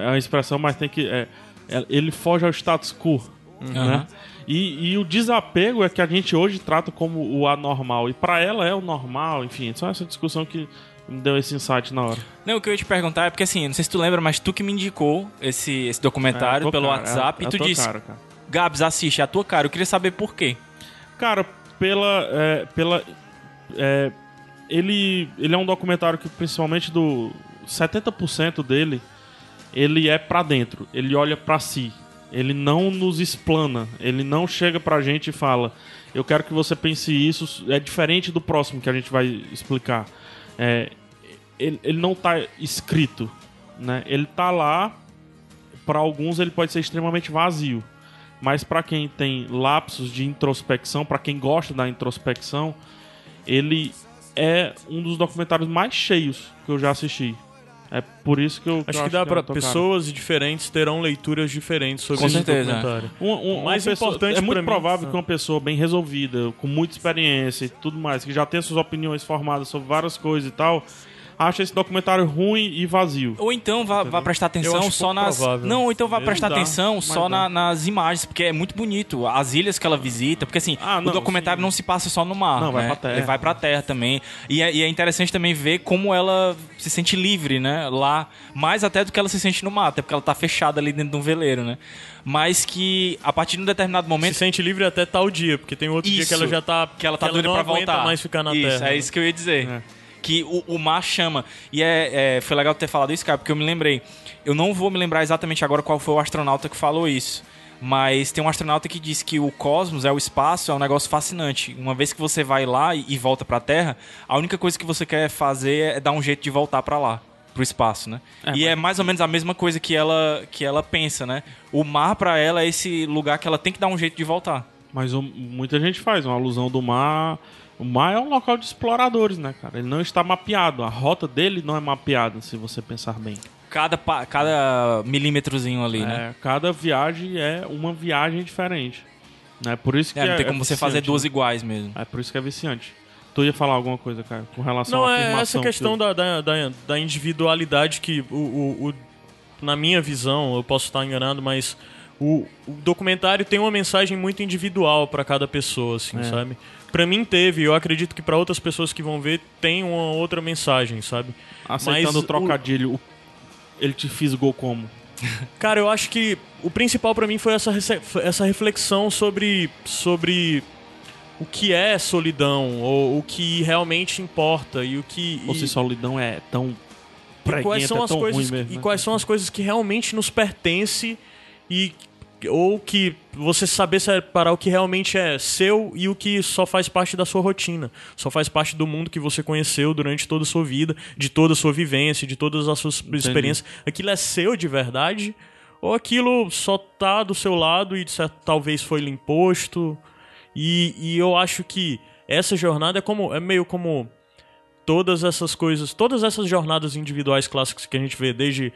A: É uma expressão, mas tem que. é, é- ele foge ao status quo. né? E, e o desapego é que a gente hoje trata como o anormal. E pra ela é o normal, enfim. Só essa discussão que me deu esse insight na hora.
C: Não, o que eu ia te perguntar é porque assim, não sei se tu lembra, mas tu que me indicou esse, esse
A: É, a
C: documentário
A: tua
C: Tá pelo
A: cara, é a-
C: WhatsApp e
A: é a
C: tu
A: tua
C: disse,
A: cara, cara.
C: Gabs, assiste, é a tua cara. Eu queria saber por quê.
A: Cara, pela. é, pela é, ele, ele é um documentário que, principalmente do 70% dele, ele é pra dentro, ele olha pra si. Ele não nos explana, ele não chega pra gente e fala: Eu quero que você pense isso, é diferente do próximo que a gente vai explicar. É, ele, ele não tá escrito, né? Ele tá lá para alguns ele pode ser extremamente vazio. Mas para quem tem lapsos de introspecção, para quem gosta da introspecção, ele é um dos documentários mais cheios que eu já assisti. É por isso que eu
B: Acho
A: eu
B: que dá
A: é
B: pra.
A: o teu cara.
B: Pessoas diferentes terão leituras diferentes sobre
C: Com
B: esse
C: certeza.
B: documentário.
A: Um, um,
B: O mais
A: uma pessoa-
B: importante
A: é muito
B: pra mim,
A: provável
B: né?
A: que uma pessoa bem resolvida, com muita experiência e tudo mais, que já tem suas opiniões formadas sobre várias coisas e tal, acha esse documentário ruim e vazio.
C: Ou então vá, vá prestar
B: Eu
C: atenção
B: acho
C: só
B: pouco
C: nas.
B: provável.
C: Não, ou então vá
A: Mesmo
C: prestar
A: dá,
C: atenção
A: mas
C: só
A: dá.
C: na- nas imagens, porque é muito bonito. As ilhas que ela visita, porque assim,
A: Ah, não,
C: o documentário
A: sim.
C: não se passa só no mar.
A: Não, vai
C: né?
A: pra terra.
C: Ele vai pra terra também. E é, e é interessante também ver como ela se sente livre, né? Lá. Mais até do que ela se sente no mar, até porque ela tá fechada ali dentro de um veleiro, né? Mas que a partir de um determinado
B: Se
C: momento.
B: sente livre até tal dia, porque tem outro dia que
C: Isso.
B: ela já tá.
C: Que ela tá doida
B: não
C: pra
B: aguenta
C: voltar.
B: mais ficar na
C: isso,
B: Terra. né?
C: é isso que eu ia dizer.
A: É.
C: Que o, o mar chama. E é, é, foi legal ter falado isso, cara, porque eu me lembrei. Eu não vou me lembrar exatamente agora qual foi o astronauta que falou isso. Mas tem um astronauta que disse que o cosmos, é o espaço, é um negócio fascinante. Uma vez que você vai lá e, e volta pra Terra, a única coisa que você quer fazer é dar um jeito de voltar pra lá, pro espaço, né? e é mais ou menos a mesma coisa que ela, que ela pensa, né? O mar pra ela é esse lugar que ela tem que dar um jeito de voltar.
A: Mas o- muita gente faz uma alusão do mar. O mar é um local de exploradores, né, cara? Ele não está mapeado. A rota dele não é mapeada, se você pensar bem.
C: Cada, pa- cada milímetrozinho ali, né?
A: É, cada viagem é uma viagem diferente. Né? Por isso que
C: É, não tem como
A: é
C: você fazer
A: viciante,
C: duas iguais mesmo.
A: né? É por isso que é viciante. Tu ia falar alguma coisa, cara, com relação
B: Não,
A: à
B: é
A: afirmação.
B: essa questão da, da, da, da individualidade que o, o- o- na minha visão, eu posso estar enganado, mas o, o documentário tem uma mensagem muito individual para cada pessoa,
A: É.
B: assim, sabe? Pra mim teve, eu acredito que para outras pessoas que vão ver tem uma outra mensagem, sabe?
A: Aceitando o
B: Mas
A: trocadilho, o- ele te fisgou como?
B: Cara, eu acho que o principal pra mim foi essa, rece- essa reflexão sobre, sobre o que é solidão, ou o que realmente importa e o que.
A: Ou
B: e-
A: se solidão é tão
B: e quais
A: preguenta,
B: são as
A: tá tão
B: coisas
A: ruim mesmo,
B: e
A: né?
B: quais são as coisas que realmente nos pertence e ou que você saber separar o que realmente é seu e o que só faz parte da sua rotina, só faz parte do mundo que você conheceu durante toda a sua vida, de toda a sua vivência, de todas as suas experiências. Aquilo é seu de verdade ou aquilo só tá do seu lado e de certo, talvez foi lhe imposto? E, e eu acho que essa jornada é como é meio como todas essas coisas, todas essas jornadas individuais clássicas que a gente vê, desde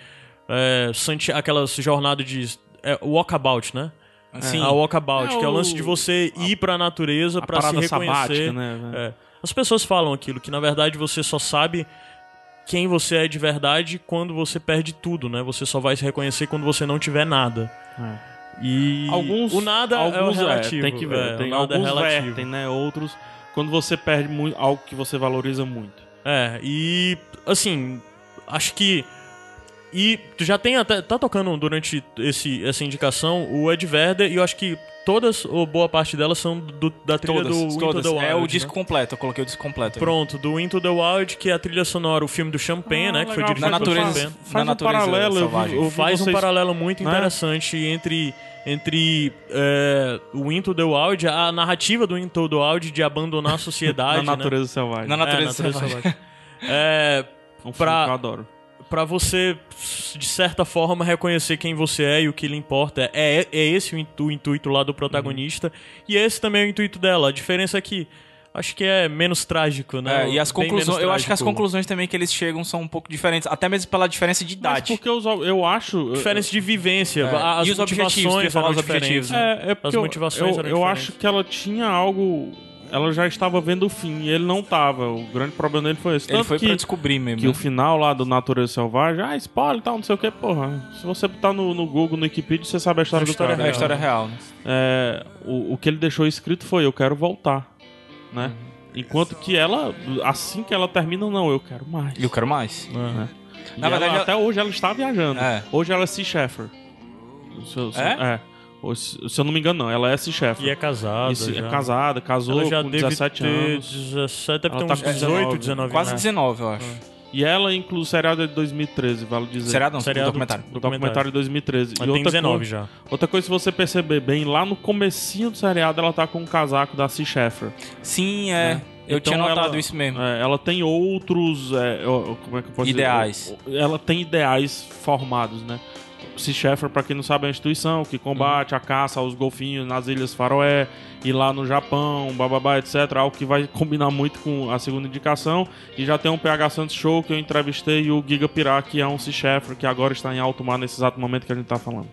B: é, Santi- aquelas jornadas de é, walkabout, né?
C: Assim,
B: A walkabout,
A: É
B: que é o
A: o-
B: lance de você ir pra natureza
A: a
B: pra se
A: parada
B: reconhecer.
A: sabática, né?
B: É. As pessoas falam aquilo, que na verdade você só sabe quem você é de verdade quando você perde tudo, né? Você só vai se reconhecer quando você não tiver nada.
A: É.
B: E
A: Alguns,
B: o nada
A: alguns
B: é o relativo.
A: tem que ver.
B: é, o
A: tem,
B: nada
A: alguns
B: é relativo.
A: vertem, né? Outros, quando você perde muito, algo que você valoriza muito.
B: É, e assim, acho que. E tu já tem até. Tá tocando durante esse, essa indicação o Ed Verder, e eu acho que todas, ou boa parte delas, são do- da trilha
C: todas,
B: do Into
C: todas.
B: the Wild.
C: é o
B: né?
C: disco completo, eu coloquei o disco completo. aqui.
B: Pronto, do Into the Wild, que é a trilha sonora, o filme do Champagne,
A: Ah,
B: né? Que foi
A: legal,
B: dirigido
C: Na
A: faz-
B: pelo
C: natureza.
B: Champagne.
A: Faz
C: na
A: um
C: natureza
A: paralelo, eu vi-
C: selvagem.
A: eu vi
B: Faz um
A: vocês-
B: paralelo muito
A: né?
B: interessante entre, entre é, o Into the Wild, a narrativa do Into the Wild de abandonar a sociedade.
A: na
B: né?
A: natureza selvagem.
C: Na
B: É,
C: natureza selvagem.
B: selvagem. É,
A: É um filme
B: pra-
A: que eu adoro.
B: Pra você, de certa forma, reconhecer quem você é e o que lhe importa. É, é esse o, intu- o intuito lá do protagonista.
C: Uhum.
B: E esse também é o intuito dela. A diferença é que acho que é menos trágico, né?
C: É, e as
B: Bem
C: conclusões,
B: menos
C: eu acho que as
B: trágico.
C: conclusões também que eles chegam são um pouco diferentes, até mesmo pela diferença de
A: Mas
C: idade.
A: porque os, eu acho...
B: Diferença de vivência. As
C: É. E os objetivos,
B: motivações
C: tu ia falar
B: eram
C: os objetivos,
B: diferentes.
C: né?
A: É, é porque eu-
B: motivações
A: eu,
B: eram
A: eu
B: diferentes.
A: acho que ela tinha algo ela já estava vendo o fim, e ele não tava. O grande problema dele foi esse.
C: Ele
A: Tanto
C: foi
A: que,
C: pra descobrir mesmo.
A: que o
C: né?
A: final lá do Natureza Selvagem, ah, spoiler e tal, não sei o que, porra. Se você botar no, no Google, no Wikipedia, você sabe a história do
B: história
A: cara.
C: é a história real. né?
A: É, o, o que ele deixou escrito foi eu quero voltar, né?
B: Uhum.
A: Enquanto que ela, assim que ela termina, não, eu quero mais.
C: E eu quero
B: É.
C: mais.
A: E
C: Na
A: ela-
C: verdade, ela-
A: até hoje ela está viajando.
C: É.
A: Hoje ela é Sea Shepherd. Se eu, se,
C: É?
A: é. Ou Se, se eu não me engano, não, ela é Sea Shepherd.
B: E é casado.
A: E se- é
B: já.
A: casada, casou
B: Ela já
A: com
B: deve
A: 17
B: ter
A: anos.
B: 17, deve
A: Ela
B: ter
A: tá
B: uns
A: com
B: 18,
A: 19,
B: 19
C: Quase
B: né?
C: 19, eu acho.
A: E ela, inclusive, seriado é de 2013, vale dizer.
C: Seriado não,
B: Seriado-
C: documentário.
A: O Documentário de 2013.
B: Mas tem 19
A: coisa,
B: já.
A: outra coisa, se você perceber bem, lá no comecinho do seriado, ela tá com um casaco da Sea Shepherd.
C: Sim, é. Eu
A: Então
C: tinha notado
A: ela-
C: isso mesmo.
A: É, ela tem outros. é, ó, como é que eu posso
C: Ideais.
A: dizer? Ela tem ideais formados, né? Se Sheffer, pra quem não sabe, é uma instituição que combate a caça aos golfinhos nas Ilhas Faroé e lá no Japão, bababá, etc. Algo que vai combinar muito com a segunda indicação. E já tem um PH Santos Show que eu entrevistei o Giga Pirá, que é um Sea Shepherd que agora está em alto mar nesse exato momento que a gente tá falando.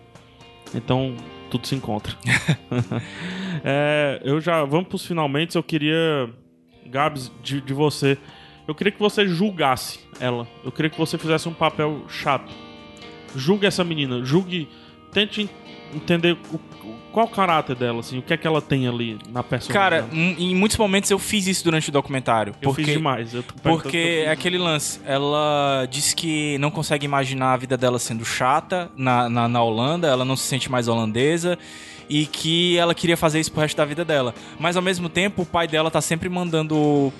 A: Então, tudo se encontra. É, eu já. Vamos pros finalmente. Eu queria. Gabs, de, de você. Eu queria que você julgasse ela. Eu queria que você fizesse um papel chato. Julgue essa menina. Julgue. Tente en- entender o- o- qual o caráter dela, assim. O que é que ela tem ali na personagem.
C: Cara,
A: dela.
C: m- em muitos momentos eu fiz isso durante o documentário.
A: eu
C: porque
A: fiz demais. Eu tô perguntando
C: Porque
A: se eu
C: é
A: fiz.
C: aquele lance. Ela diz que não consegue imaginar a vida dela sendo chata na, na, na Holanda, ela não se sente mais holandesa e que ela queria fazer isso pro resto da vida dela. Mas ao mesmo tempo, o pai dela tá sempre mandando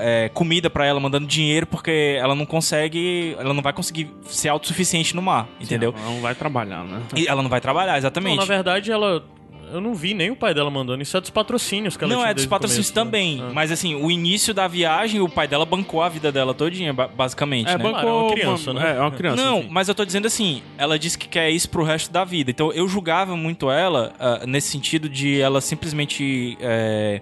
C: é, comida pra ela, mandando dinheiro, porque ela não consegue, ela não vai conseguir ser autossuficiente no mar, entendeu?
A: Ela não vai trabalhar, né?
C: E ela não vai trabalhar,
B: Não,
C: exatamente.
B: Então, na verdade, ela. Eu não vi nem o pai dela mandando. Isso é dos patrocínios que ela
C: Não,
B: tinha
C: é dos
B: desde o
C: patrocínios
B: começo, né?
C: também.
B: Ah.
C: Mas assim, o início da viagem, o pai dela bancou a vida dela todinha, ba- basicamente. né?
A: bancou
B: Claro, é uma criança, né?
A: É, é uma criança.
C: Não,
A: enfim.
C: mas eu tô dizendo assim, ela disse que quer isso pro resto da vida. Então eu julgava muito ela ah, nesse sentido de ela simplesmente. eh,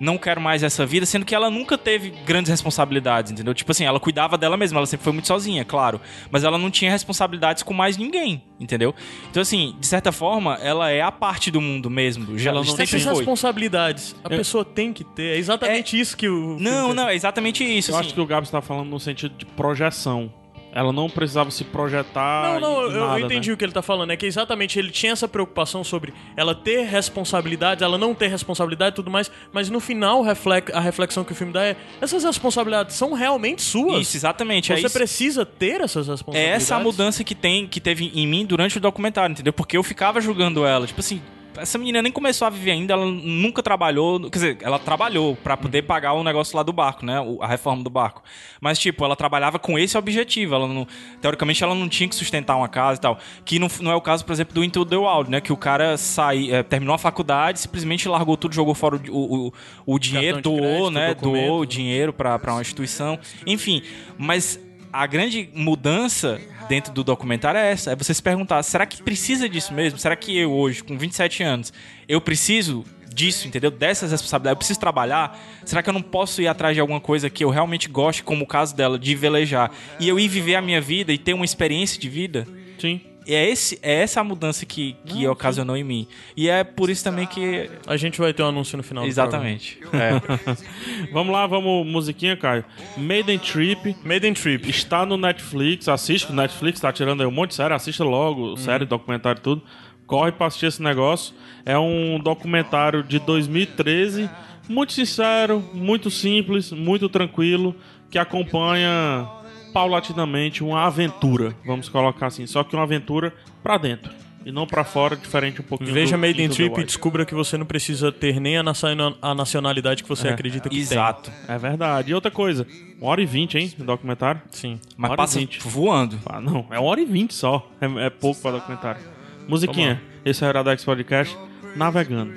C: não quero mais essa vida, sendo que ela nunca teve grandes responsabilidades, entendeu? Tipo assim, ela cuidava dela mesma, ela sempre foi muito sozinha, claro. Mas ela não tinha responsabilidades com mais ninguém, entendeu? Então, assim, de certa forma, ela é a parte do mundo mesmo. Já
A: Ela não
C: sempre
B: Essas
C: foi.
B: responsabilidades a pessoa tem que ter. É exatamente isso que o.
C: Não, não, é exatamente isso.
A: Eu
C: assim.
A: acho que o Gabs tá falando no sentido de projeção. Ela não precisava se projetar.
B: Não, não,
A: em
B: eu, eu
A: nada,
B: entendi
A: Né?
B: o que ele tá falando. É que exatamente ele tinha essa preocupação sobre ela ter responsabilidades, ela não ter responsabilidade e tudo mais, mas no final reflex- a reflexão que o filme dá é: essas responsabilidades são realmente suas?
C: Isso, exatamente. é
B: Você
C: isso.
B: precisa ter essas
C: É
B: responsabilidades.
C: essa a mudança que tem que teve em mim durante o documentário, entendeu? Porque eu ficava julgando ela, tipo assim, essa menina nem começou a viver ainda, ela nunca trabalhou, quer dizer, ela trabalhou pra poder pagar o negócio lá do barco, né? O- A reforma do barco. Mas tipo, ela trabalhava com esse objetivo, ela não, teoricamente ela não tinha que sustentar uma casa e tal, que não, f- não é o caso, por exemplo, do Into the Wild, né? Que o cara sai, eh, terminou a faculdade, simplesmente largou tudo, jogou fora o, o, o- o dinheiro,
B: Cartão de crédito,
C: doou, né? Doou o
B: documentos,
C: dinheiro pra pra uma instituição, enfim, mas a grande mudança dentro do documentário é essa, é você se perguntar, será que precisa disso mesmo? Será que eu hoje, com 27 anos, eu preciso disso, entendeu? Dessas responsabilidades, eu preciso trabalhar? Será que eu não posso ir atrás de alguma coisa que eu realmente goste, como o caso dela, de velejar? E eu ir viver a minha vida e ter uma experiência de vida?
A: Sim.
C: E é, esse, é essa a mudança que, que ocasionou em mim. E é por isso também que...
B: A gente vai ter um anúncio no final. do
C: Exatamente. É.
A: Vamos lá, vamos, musiquinha, Caio. Maiden Trip
B: programa. Maiden Trip.
A: está no Netflix, assiste, o Netflix tá tirando aí um monte de série, assista logo,
B: Uhum.
A: série, documentário, tudo. Corre pra assistir esse negócio. É um documentário de 2013, muito sincero, muito simples, muito tranquilo, que acompanha paulatinamente uma aventura, vamos colocar assim, só que uma aventura pra dentro e não pra fora, diferente um pouquinho
B: Veja
A: do
B: Maiden
A: Into the
B: Trip e
A: Wild.
B: descubra que você não precisa ter nem a, naciona- a nacionalidade que você acredita que
C: Exato.
A: É verdade. E outra coisa, uma hora e vinte, hein, o documentário?
B: tem. Sim.
C: Mas
A: Hora e
C: passa
A: vinte.
C: voando.
A: Ah, não, é uma hora e vinte só. É, é pouco pra documentário. Musiquinha, esse é o Iradex Podcast. Navegando.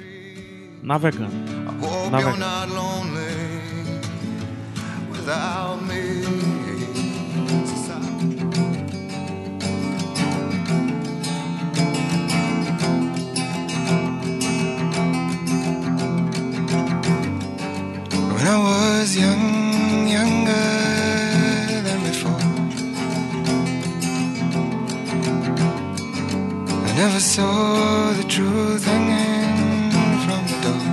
A: Navegando.
E: Hope
A: Not
E: you're
A: very-
E: not lonely without me. When I was young, younger than before, I never saw the truth hanging from the door.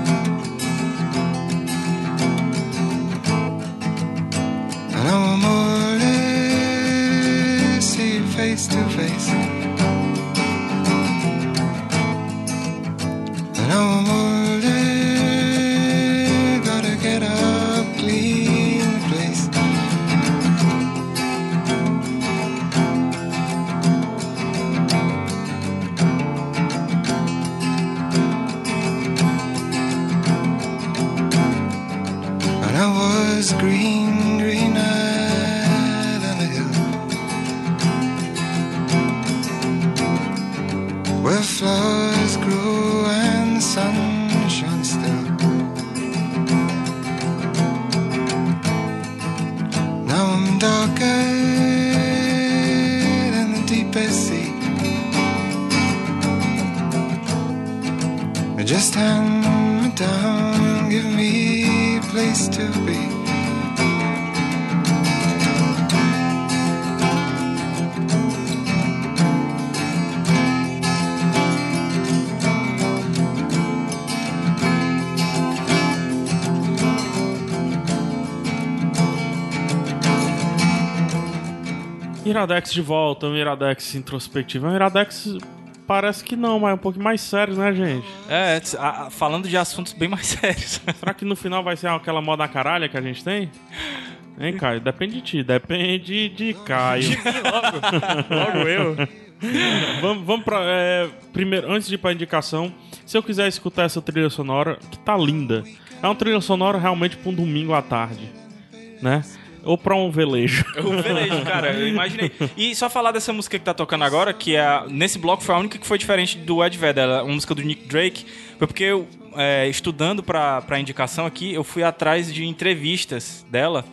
E: I was green, greener than the hill. Where flowers grew and the sun shone still. Now I'm darker than the deepest sea. Just hand me down, give me a place to be.
A: Iradex de volta, um Iradex introspectivo. É um Iradex parece que não, mas é um pouco mais sério, né, gente?
C: É, tss, a- a- falando de assuntos bem mais sérios.
A: Será que no final vai ser aquela moda caralha que a gente tem? Hein, Caio? Depende de ti, depende de Caio.
B: Logo eu.
A: vamos, vamos pra. é, primeiro, antes de ir pra indicação, se eu quiser escutar essa trilha sonora, que tá linda. É uma trilha sonora realmente pra um domingo à tarde, né? Ou pra um velejo.
C: O velejo, cara, eu imaginei. E só falar dessa música que tá tocando agora, que é, nesse bloco foi a única que foi diferente do Ed Vedder, ela- uma música do Nick Drake, foi porque eu, é, estudando pra, pra indicação aqui, eu fui atrás de entrevistas dela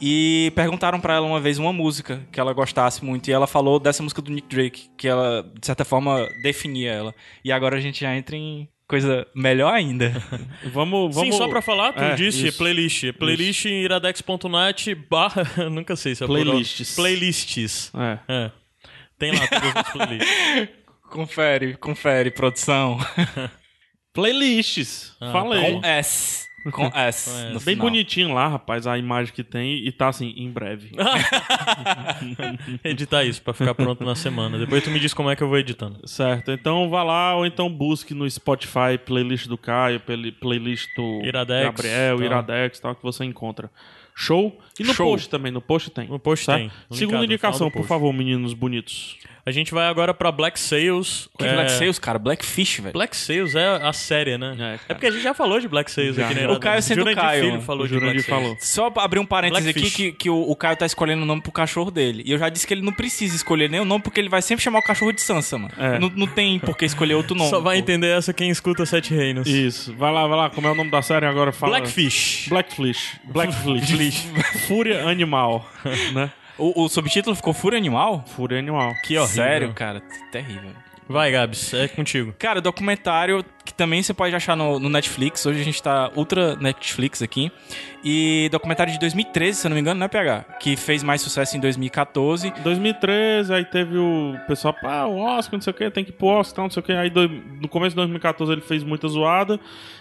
C: e perguntaram pra ela uma vez uma música que ela gostasse muito e ela falou dessa música do Nick Drake, que ela, de certa forma, definia ela. E agora a gente já entra em coisa melhor ainda.
A: Vamos, vamos.
B: Sim, só pra falar, tu
A: É,
B: disse,
A: isso.
B: playlist. Playlist em iradex.net barra... eu Nunca sei se é plural.
A: Playlists.
B: Playlists.
A: É.
B: É. Tem lá todas as playlists.
C: Confere, confere, produção.
A: Playlists.
B: Ah,
A: Falei.
C: Com S. Com S.
B: Com
C: tá É, no
B: S.
A: Bem
C: final.
A: bonitinho lá, rapaz, a imagem que tem e tá assim, em breve.
B: Editar isso pra ficar pronto na semana. Depois tu me diz como é que eu vou editando.
A: Certo, então vá lá ou então busque no Spotify playlist do Caio, peli- playlist do
B: Iradex, tá.
A: Gabriel,
B: tal.
A: Iradex, tal, que você encontra. Show? E no
C: Show.
A: post também, no post tem.
B: No post
A: tá?
B: tem. Linkado
A: Segunda
B: no
A: indicação,
B: final do
A: por
B: post.
A: favor, meninos bonitos.
B: A gente vai agora pra Black Sales. É,
C: Que
A: é
C: Black Sales, cara? Blackfish, velho.
B: Black Sales é a série, né?
A: cara.
B: É, porque a gente já falou de Black Sales
A: Já.
B: aqui na
A: O
B: Iradex.
C: Caio sendo
B: Jurandir
C: Caio,
B: Filho
C: mano.
B: falou
A: O
B: de Black
A: Jurandir
B: Sales.
A: falou.
C: Só pra abrir um parênteses
B: Blackfish.
C: aqui, que, que o, o Caio tá escolhendo o nome pro cachorro dele. E eu já disse que ele não precisa escolher nem o nome, porque ele vai sempre chamar o cachorro de Sansa, mano.
A: É.
C: Não, não tem por que escolher outro nome.
B: Só vai
C: pô.
B: entender essa quem escuta Sete Reinos.
A: Isso, vai lá, vai lá, como é o nome da série agora? Fala.
B: Blackfish.
A: Blackfish. Blackfish. Fúria Animal, né?
C: O, o subtítulo ficou Fúria Animal?
A: Fúria Animal.
B: Que horrível.
C: Sério, cara? t- Terrível.
B: Vai, Gabs, é contigo.
C: Cara, documentário que também você pode achar no, no Netflix. Hoje a gente tá ultra Netflix aqui. E documentário de 2013, se eu não me engano, né, PH? Que fez mais sucesso em 2014.
A: 2013, aí teve o pessoal, ah, o Oscar, não sei o que, tem que ir pro Oscar, não sei o que. Aí do- no começo de 2014 ele fez muita zoada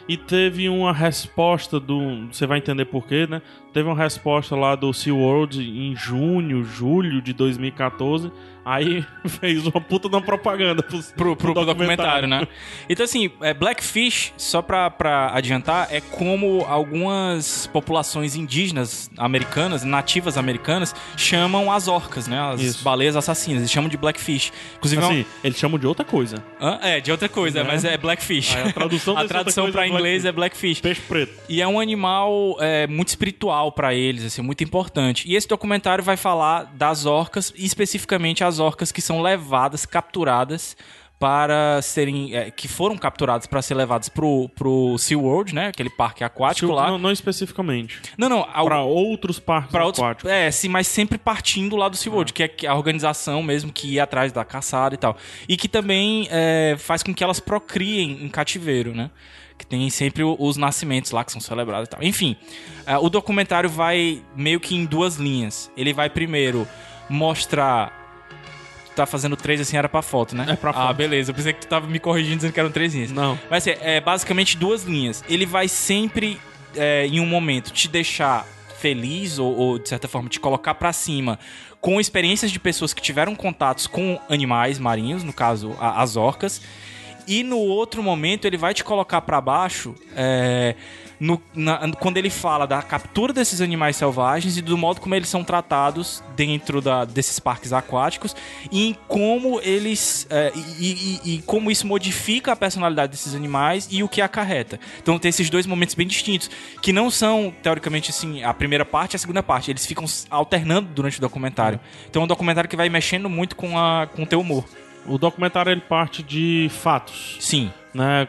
A: e teve uma resposta do. Você vai entender porquê, né? Teve uma resposta lá do SeaWorld em junho, julho de 2014. Aí fez uma puta de uma propaganda pro,
C: pro, pro documentário, né? Então, assim, é, Blackfish, só pra, pra adiantar, é como algumas populações indígenas americanas, nativas americanas, chamam as orcas, né? As
A: Isso.
C: baleias assassinas. Eles chamam de Blackfish. Inclusive, é um-
A: Assim, eles chamam de outra coisa.
C: Hã? é, de outra coisa, mas é Blackfish.
A: Aí a tradução
C: a
A: dessa
C: tradução
A: outra coisa
C: pra
A: é
C: inglês é Blackfish.
A: Peixe preto.
C: E é um animal é, muito espiritual pra eles, assim, muito importante. E esse documentário vai falar das orcas, e especificamente as orcas que são levadas, capturadas para serem é, que foram capturadas para ser levadas pro pro SeaWorld, né? Aquele parque aquático lá.
A: Não, não especificamente.
C: Não, não, ao-
A: Pra outros parques
C: pra outros,
A: aquáticos.
C: é, sim, mas sempre partindo lá do SeaWorld, que é a organização mesmo que ia atrás da caçada e tal. E que também é, faz com que elas procriem em cativeiro, né? Que tem sempre o- os nascimentos lá que são celebrados e tal. Enfim, ah, o documentário vai meio que em duas linhas. Ele vai primeiro mostrar. Tu tá fazendo três assim, era pra foto, né?
A: É pra
C: Ah,
A: foto.
C: beleza. Eu pensei que tu tava me corrigindo dizendo que eram três linhas.
A: Não.
C: Mas assim, é basicamente duas linhas. Ele vai sempre, é, em um momento, te deixar feliz ou, ou, de certa forma, te colocar pra cima com experiências de pessoas que tiveram contatos com animais marinhos, no caso, a- as orcas. E no outro momento, ele vai te colocar pra baixo é, no- na- quando ele fala da captura desses animais selvagens e do modo como eles são tratados dentro da- desses parques aquáticos e em como eles é, e, e- e como isso modifica a personalidade desses animais e o que acarreta. Então tem esses dois momentos bem distintos que não são teoricamente assim a primeira parte e a segunda parte. Eles ficam s- alternando durante o documentário. Então é um documentário que vai mexendo muito com a com o teu humor.
A: O documentário ele parte de fatos.
C: Sim.
A: né?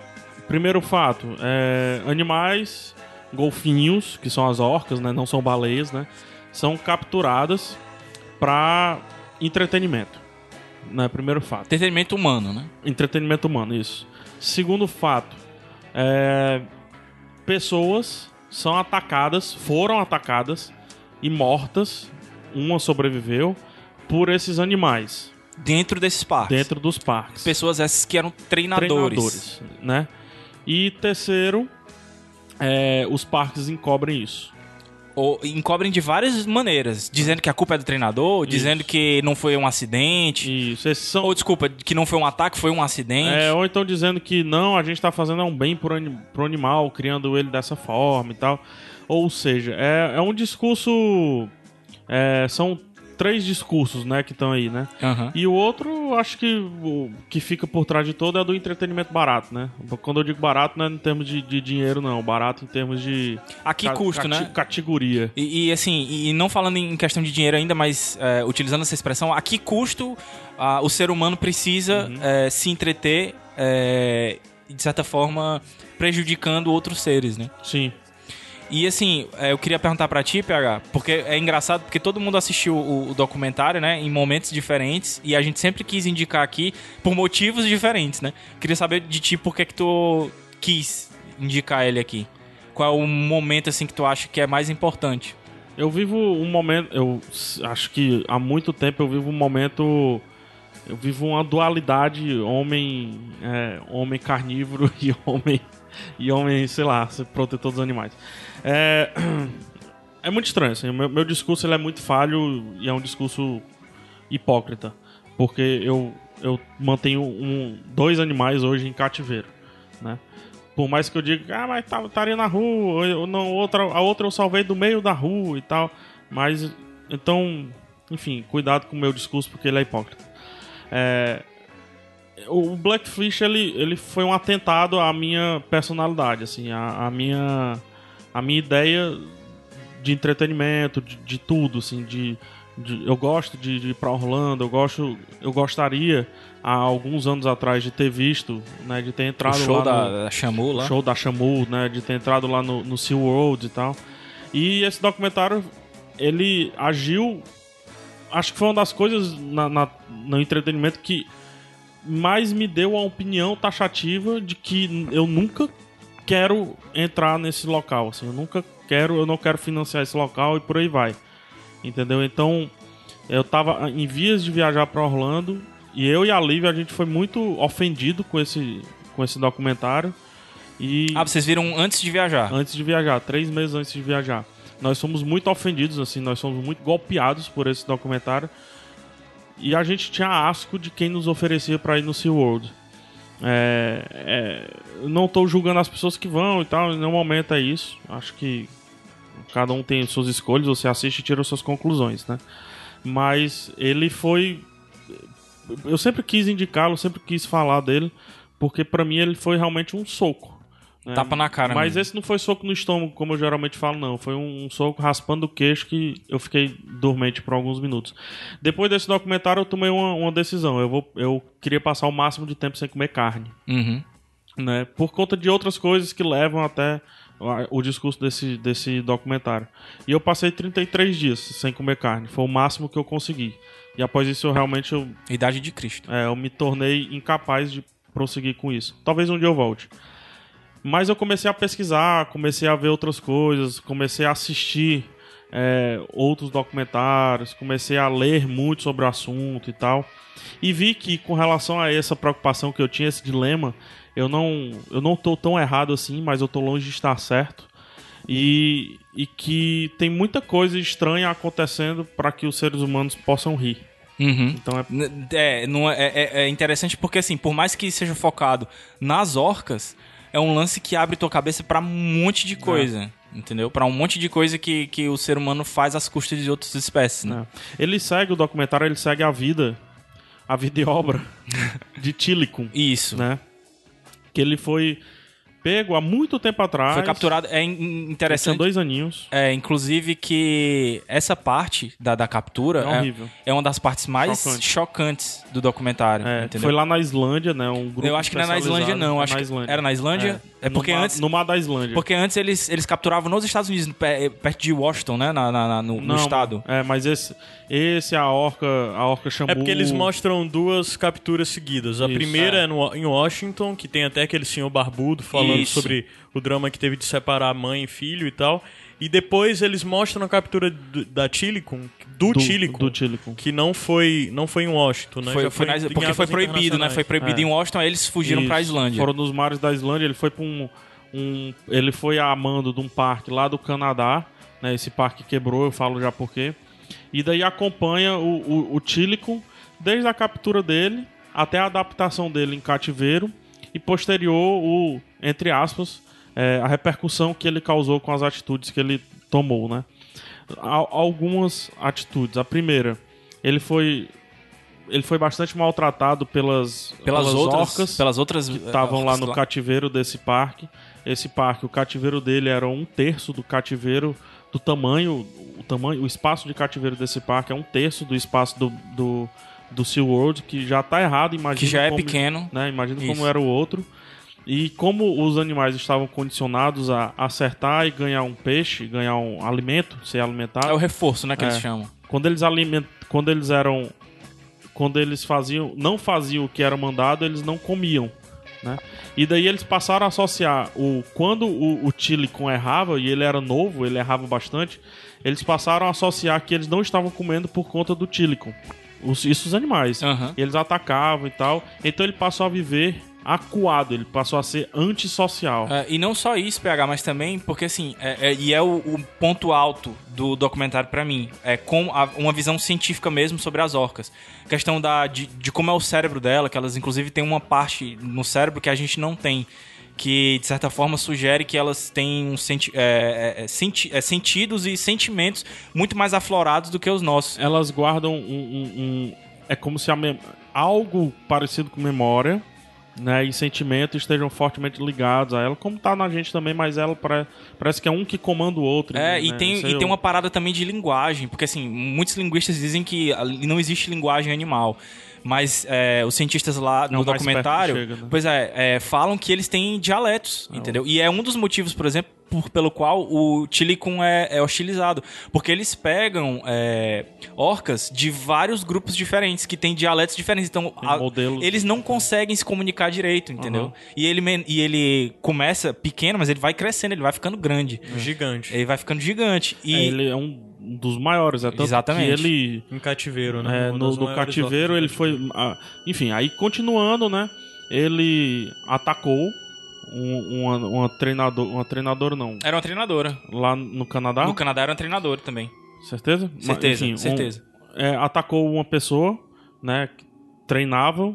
A: Primeiro fato, é, animais, golfinhos, que são as orcas, né? Não são baleias, né? São capturadas para entretenimento, né? Primeiro fato.
C: Entretenimento humano, né?
A: Entretenimento humano, isso. Segundo fato, é, pessoas são atacadas, foram atacadas e mortas, uma sobreviveu, por esses animais
C: Dentro desses parques.
A: dentro dos parques.
C: Pessoas essas que eram treinadores.
A: treinadores, né? E terceiro, é, os parques encobrem isso.
C: ou encobrem de várias maneiras, dizendo que a culpa é do treinador, dizendo que não foi um acidente,
A: Isso, esses são.
C: ou desculpa, que não foi um ataque, foi um acidente.
A: É, ou então dizendo que não, a gente tá fazendo um bem pro, ani- pro animal, criando ele dessa forma e tal. Ou seja, é, é um discurso. é, são três discursos, né, que estão aí, né?
C: Aham.
A: E o outro, acho que o que fica por trás de todo é do entretenimento barato, né? Quando eu digo barato, não é em termos de, de dinheiro, não. Barato em termos de.
C: A que
A: ca-
C: custo,
A: cate-
C: né?
A: Categoria.
C: E, e, assim, e não falando em questão de dinheiro ainda, mas é, utilizando essa expressão, a que custo ah, o ser humano precisa
A: Uhum.
C: é, se entreter, é, de certa forma, prejudicando outros seres, né?
A: Sim.
C: E assim, é, eu queria perguntar pra ti, PH, porque é engraçado, porque todo mundo assistiu o, o documentário, né, em momentos diferentes, e a gente sempre quis indicar aqui por motivos diferentes, né? Queria saber de ti por que que tu quis indicar ele aqui. Qual é o momento, assim, que tu acha que é mais importante?
A: Eu vivo um momento, eu s- acho que há muito tempo eu vivo um momento, eu vivo uma dualidade homem, é, homem carnívoro e homem e homem, sei lá, protetor dos animais. É, é muito estranho, assim, o meu, meu discurso ele é muito falho e é um discurso hipócrita, porque eu eu mantenho um, dois animais hoje em cativeiro, né? Por mais que eu diga, ah, mas tá- estaria na rua, ou não, outra, a outra eu salvei do meio da rua e tal. Mas, então, enfim, cuidado com o meu discurso porque ele é hipócrita. É, o Blackfish, ele, ele foi um atentado à minha personalidade, assim, à, à minha, à minha ideia de entretenimento, de, de tudo, assim, de, de- eu gosto de, de ir pra Orlando, eu gosto, eu gostaria há alguns anos atrás de ter visto, né, de ter
C: O
A: entrado
C: show
A: lá
C: da,
A: no-
C: da Shamu lá?
A: show da Shamu, né? De ter entrado lá no, no Sea World e tal. E esse documentário, ele agiu. Acho que foi uma das coisas na, na- no entretenimento que mais me deu a opinião taxativa de que n- eu nunca quero entrar nesse local. Assim, eu nunca quero, eu não quero financiar esse local e por aí vai. Entendeu? Então, eu tava em vias de viajar pra Orlando e eu e a Lívia a gente foi muito ofendido com esse com esse documentário e
C: Ah, vocês viram antes de viajar.
A: antes de viajar, três meses antes de viajar. Nós somos muito ofendidos, assim, nós somos muito golpeados por esse documentário. E a gente tinha asco de quem nos oferecia pra ir no SeaWorld. É, é, eu não tô julgando as pessoas que vão e tal, em nenhum momento é isso. Acho que cada um tem suas escolhas, você assiste e tira suas conclusões, né? Mas ele foi. Eu sempre quis indicá-lo, sempre quis falar dele, porque pra mim ele foi realmente um soco. né?
C: Tapa na cara
A: Mas
C: mesmo.
A: esse não foi soco no estômago, como eu geralmente falo, não. Foi um, um soco raspando o queixo que eu fiquei dormente por alguns minutos. Depois desse documentário, eu tomei uma, uma decisão. Eu, vou, eu queria passar o máximo de tempo sem comer carne
C: Uhum.
A: né? Por conta de outras coisas que levam até a- o discurso desse, desse documentário. E eu passei 33 dias sem comer carne, foi o máximo que eu consegui. E após isso eu realmente eu,
C: Idade de Cristo.
A: é, eu me tornei incapaz de prosseguir com isso. Talvez um dia eu volte. Mas eu comecei a pesquisar, comecei a ver outras coisas, comecei a assistir é, outros documentários, comecei a ler muito sobre o assunto e tal. E vi que com relação a essa preocupação que eu tinha, esse dilema, eu não, eu não tô tão errado assim, mas eu tô longe de estar certo. E, e que tem muita coisa estranha acontecendo para que os seres humanos possam rir.
C: Uhum.
A: Então é
C: N- É, não é, é- é interessante porque, assim, por mais que seja focado nas orcas, é um lance que abre tua cabeça pra um monte de coisa.
A: É.
C: Entendeu? Pra um monte de coisa que, que o ser humano faz às custas de outras espécies, né?
A: É. Ele segue o documentário, ele segue a vida, a vida e obra de Tilicum,
C: Isso.
A: né? Que ele foi pego há muito tempo atrás.
C: Foi capturado. É in- in-
A: São
C: interessante.
A: dois aninhos.
C: É, inclusive que essa parte da, da captura
A: É horrível.
C: é uma das partes mais
A: Chocante.
C: chocantes do documentário,
A: É,
C: entendeu?
A: foi lá na Islândia, né? Um grupo
C: Eu acho que não é na Islândia,
A: especializado.
C: não.
A: É
C: acho
A: na
C: que
A: Islândia.
C: Era na Islândia? É, porque
A: no mar,
C: antes.
A: No mar da Islândia.
C: Porque antes eles, eles capturavam nos Estados Unidos, pe- eh, perto de Washington, né? Na, na- na- no, no
A: Não,
C: estado.
A: É, mas esse, esse é a orca, a orca chamou.
B: É porque eles mostram duas capturas seguidas. A
A: Isso.
B: primeira
A: É.
B: é no- em Washington, que tem até aquele senhor barbudo falando
C: Isso.
B: sobre o drama que teve de separar mãe e filho e tal. E depois eles mostram a captura do- da Tilicum, do,
A: do
B: Tilicum,
A: Do Tilicum.
B: que não foi, não foi em Washington, né?
C: Foi,
B: Já
C: foi na-
B: em
C: porque foi
B: águas
C: proibido, né? Foi
B: internacionais.
C: proibido
A: É.
C: em Washington, aí eles fugiram
A: Isso.
C: pra Islândia.
A: Foram nos mares da Islândia, ele foi pra um. um- ele foi a mando de um parque lá do Canadá, né? Esse parque quebrou, eu falo já porquê. E daí acompanha o, o, o Tílico desde a captura dele até a adaptação dele em cativeiro e posterior o, entre aspas, é, a repercussão que ele causou com as atitudes que ele tomou, né? Al- algumas atitudes. A primeira, ele foi. Ele foi bastante maltratado pelas,
C: Pelas, outras.
A: orcas
C: pelas outras. É, eh,
A: estavam lá no cativeiro desse parque. Esse parque, o cativeiro dele era um terço do cativeiro do tamanho, o tamanho, o espaço de cativeiro desse parque é um terço do espaço do do, do Sea World, que já tá errado, imagina
C: Que já é
A: como-
C: pequeno.
A: né? Imagina
C: Isso.
A: como era o outro. E como os animais estavam condicionados a acertar e ganhar um peixe, ganhar um alimento, ser alimentado.
C: É o reforço, né? Que eles
A: É.
C: chamam.
A: Quando eles aliment... quando eles eram quando eles faziam, não faziam o que era mandado, eles não comiam, né? E daí eles passaram a associar o quando o, o Tilicon errava e ele era novo, ele errava bastante, eles passaram a associar que eles não estavam comendo por conta do Tilicon. Os, isso os animais.
C: Aham.
A: E eles atacavam e tal. Então ele passou a viver acuado, ele passou a ser antissocial.
C: É, e não só isso, PH, mas também porque assim, é- é- e é o, o ponto alto do documentário pra mim, é com a- uma visão científica mesmo sobre as orcas. Questão da, de, de como é o cérebro dela, que elas inclusive têm uma parte no cérebro que a gente não tem, que de certa forma sugere que elas têm um senti é, é, é, senti- é, sentidos e sentimentos muito mais aflorados do que os nossos.
A: elas guardam um, um- um- é como se a mem- algo parecido com memória né, e sentimento estejam fortemente ligados a ela, como tá na gente também, mas ela pare- parece que é um que comanda o outro.
C: É,
A: né?
C: e, tem,
A: Isso
C: e
A: aí
C: tem
A: eu-
C: uma parada também de linguagem, porque assim, muitos linguistas dizem que ali não existe linguagem animal. Mas é, os cientistas lá no
A: o mais
C: documentário,
A: perto que chega, né?
C: pois é, é, falam que eles têm dialetos, entendeu? E é um dos motivos, por exemplo, por- pelo qual o Tilicum é, é hostilizado. Porque eles pegam é, orcas de vários grupos diferentes, que têm dialetos diferentes. Então,
A: Tem modelos.
C: eles não conseguem se comunicar direito, entendeu?
A: Aham.
C: E, ele, men- e ele começa pequeno, mas ele vai crescendo, ele vai ficando grande.
B: Gigante.
C: Ele vai ficando gigante. E
A: É, ele é um um dos maiores, é tanto que
C: Exatamente.
A: ele
B: Em cativeiro, né?
A: é,
B: Uma
A: no,
B: das
A: no
B: maiores
A: cativeiro
B: ordens
A: ele
B: de
A: foi, ah, enfim, aí continuando, né? Ele atacou um, uma, uma treinador, uma treinadora não,
C: era uma treinadora.
A: lá no Canadá,
C: No Canadá era uma treinadora também.
A: certeza? Mas,
C: Certeza,
A: enfim, um-
C: certeza.
A: é, atacou uma pessoa, né? que Treinava,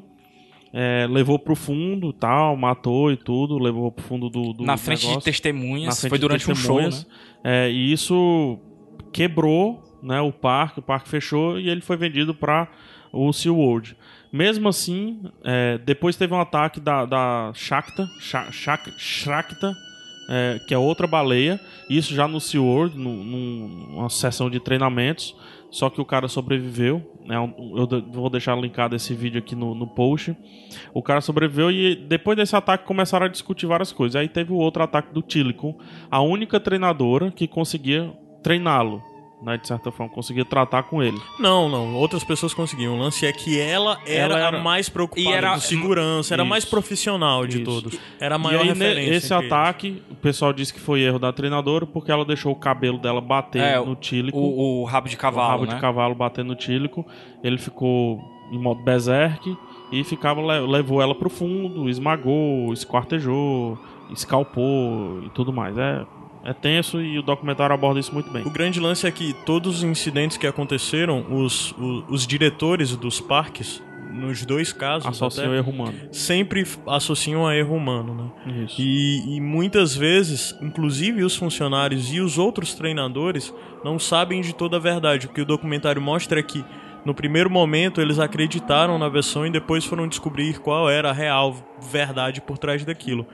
A: é, levou pro fundo, tal, matou e tudo, levou pro fundo do, do
C: Na frente de
A: negócio, na
C: testemunhas.
A: frente
C: Foi
A: de
C: durante um show, né?
A: testemunhas. É, e isso quebrou, né? O parque, o parque fechou e ele foi vendido para o SeaWorld. Mesmo assim, é, depois teve um ataque da, da Shakta, Sha- Shak- Shakta, é, que é outra baleia, isso já no SeaWorld, num- num- numa sessão de treinamentos, só que o cara sobreviveu, né, um- eu de- vou deixar linkado esse vídeo aqui no, no post, o cara sobreviveu e depois desse ataque começaram a discutir várias coisas, aí teve o outro ataque do Tilicum, a única treinadora que conseguia treiná-lo, né, de certa forma, conseguia tratar com ele.
B: Não, não. Outras pessoas conseguiam. O lance é que ela era,
A: Ela era-
B: a mais preocupada
C: E era-
B: com segurança, era a mais
A: Isso.
B: profissional de
A: Isso.
B: todos. Era a maior
A: e aí, ne-
B: referência.
A: esse
B: entre eles.
A: ataque, o pessoal disse que foi erro da treinadora porque ela deixou o cabelo dela bater
C: É,
A: no tílico.
C: O, o rabo de
A: o
C: cavalo,
A: rabo
C: né?
A: de cavalo batendo no tílico. Ele ficou em modo berserk e ficava, le- levou ela pro fundo, esmagou, esquartejou, escalpou e tudo mais. É, é tenso e o documentário aborda isso muito bem.
B: O grande lance é que todos os incidentes que aconteceram, os, o- os diretores dos parques, nos dois casos,
A: Associa o
B: até,
A: erro humano.
B: sempre f- associam a erro humano, né?
A: Isso.
B: E, e muitas vezes, inclusive os funcionários e os outros treinadores não sabem de toda a verdade. O que o documentário mostra é que, no primeiro momento, eles acreditaram na versão e depois foram descobrir qual era a real verdade por trás daquilo.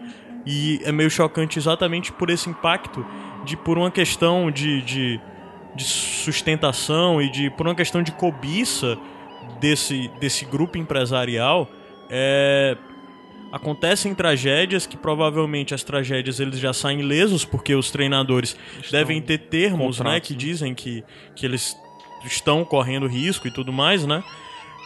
B: E é meio chocante exatamente por esse impacto de por uma questão de, de, de sustentação e de por uma questão de cobiça desse, desse grupo empresarial. É, acontecem tragédias que provavelmente as tragédias eles já saem lesos porque os treinadores devem ter termos, né,
A: contratos,
B: que
A: né?
B: dizem que, que eles estão correndo risco e tudo mais, né?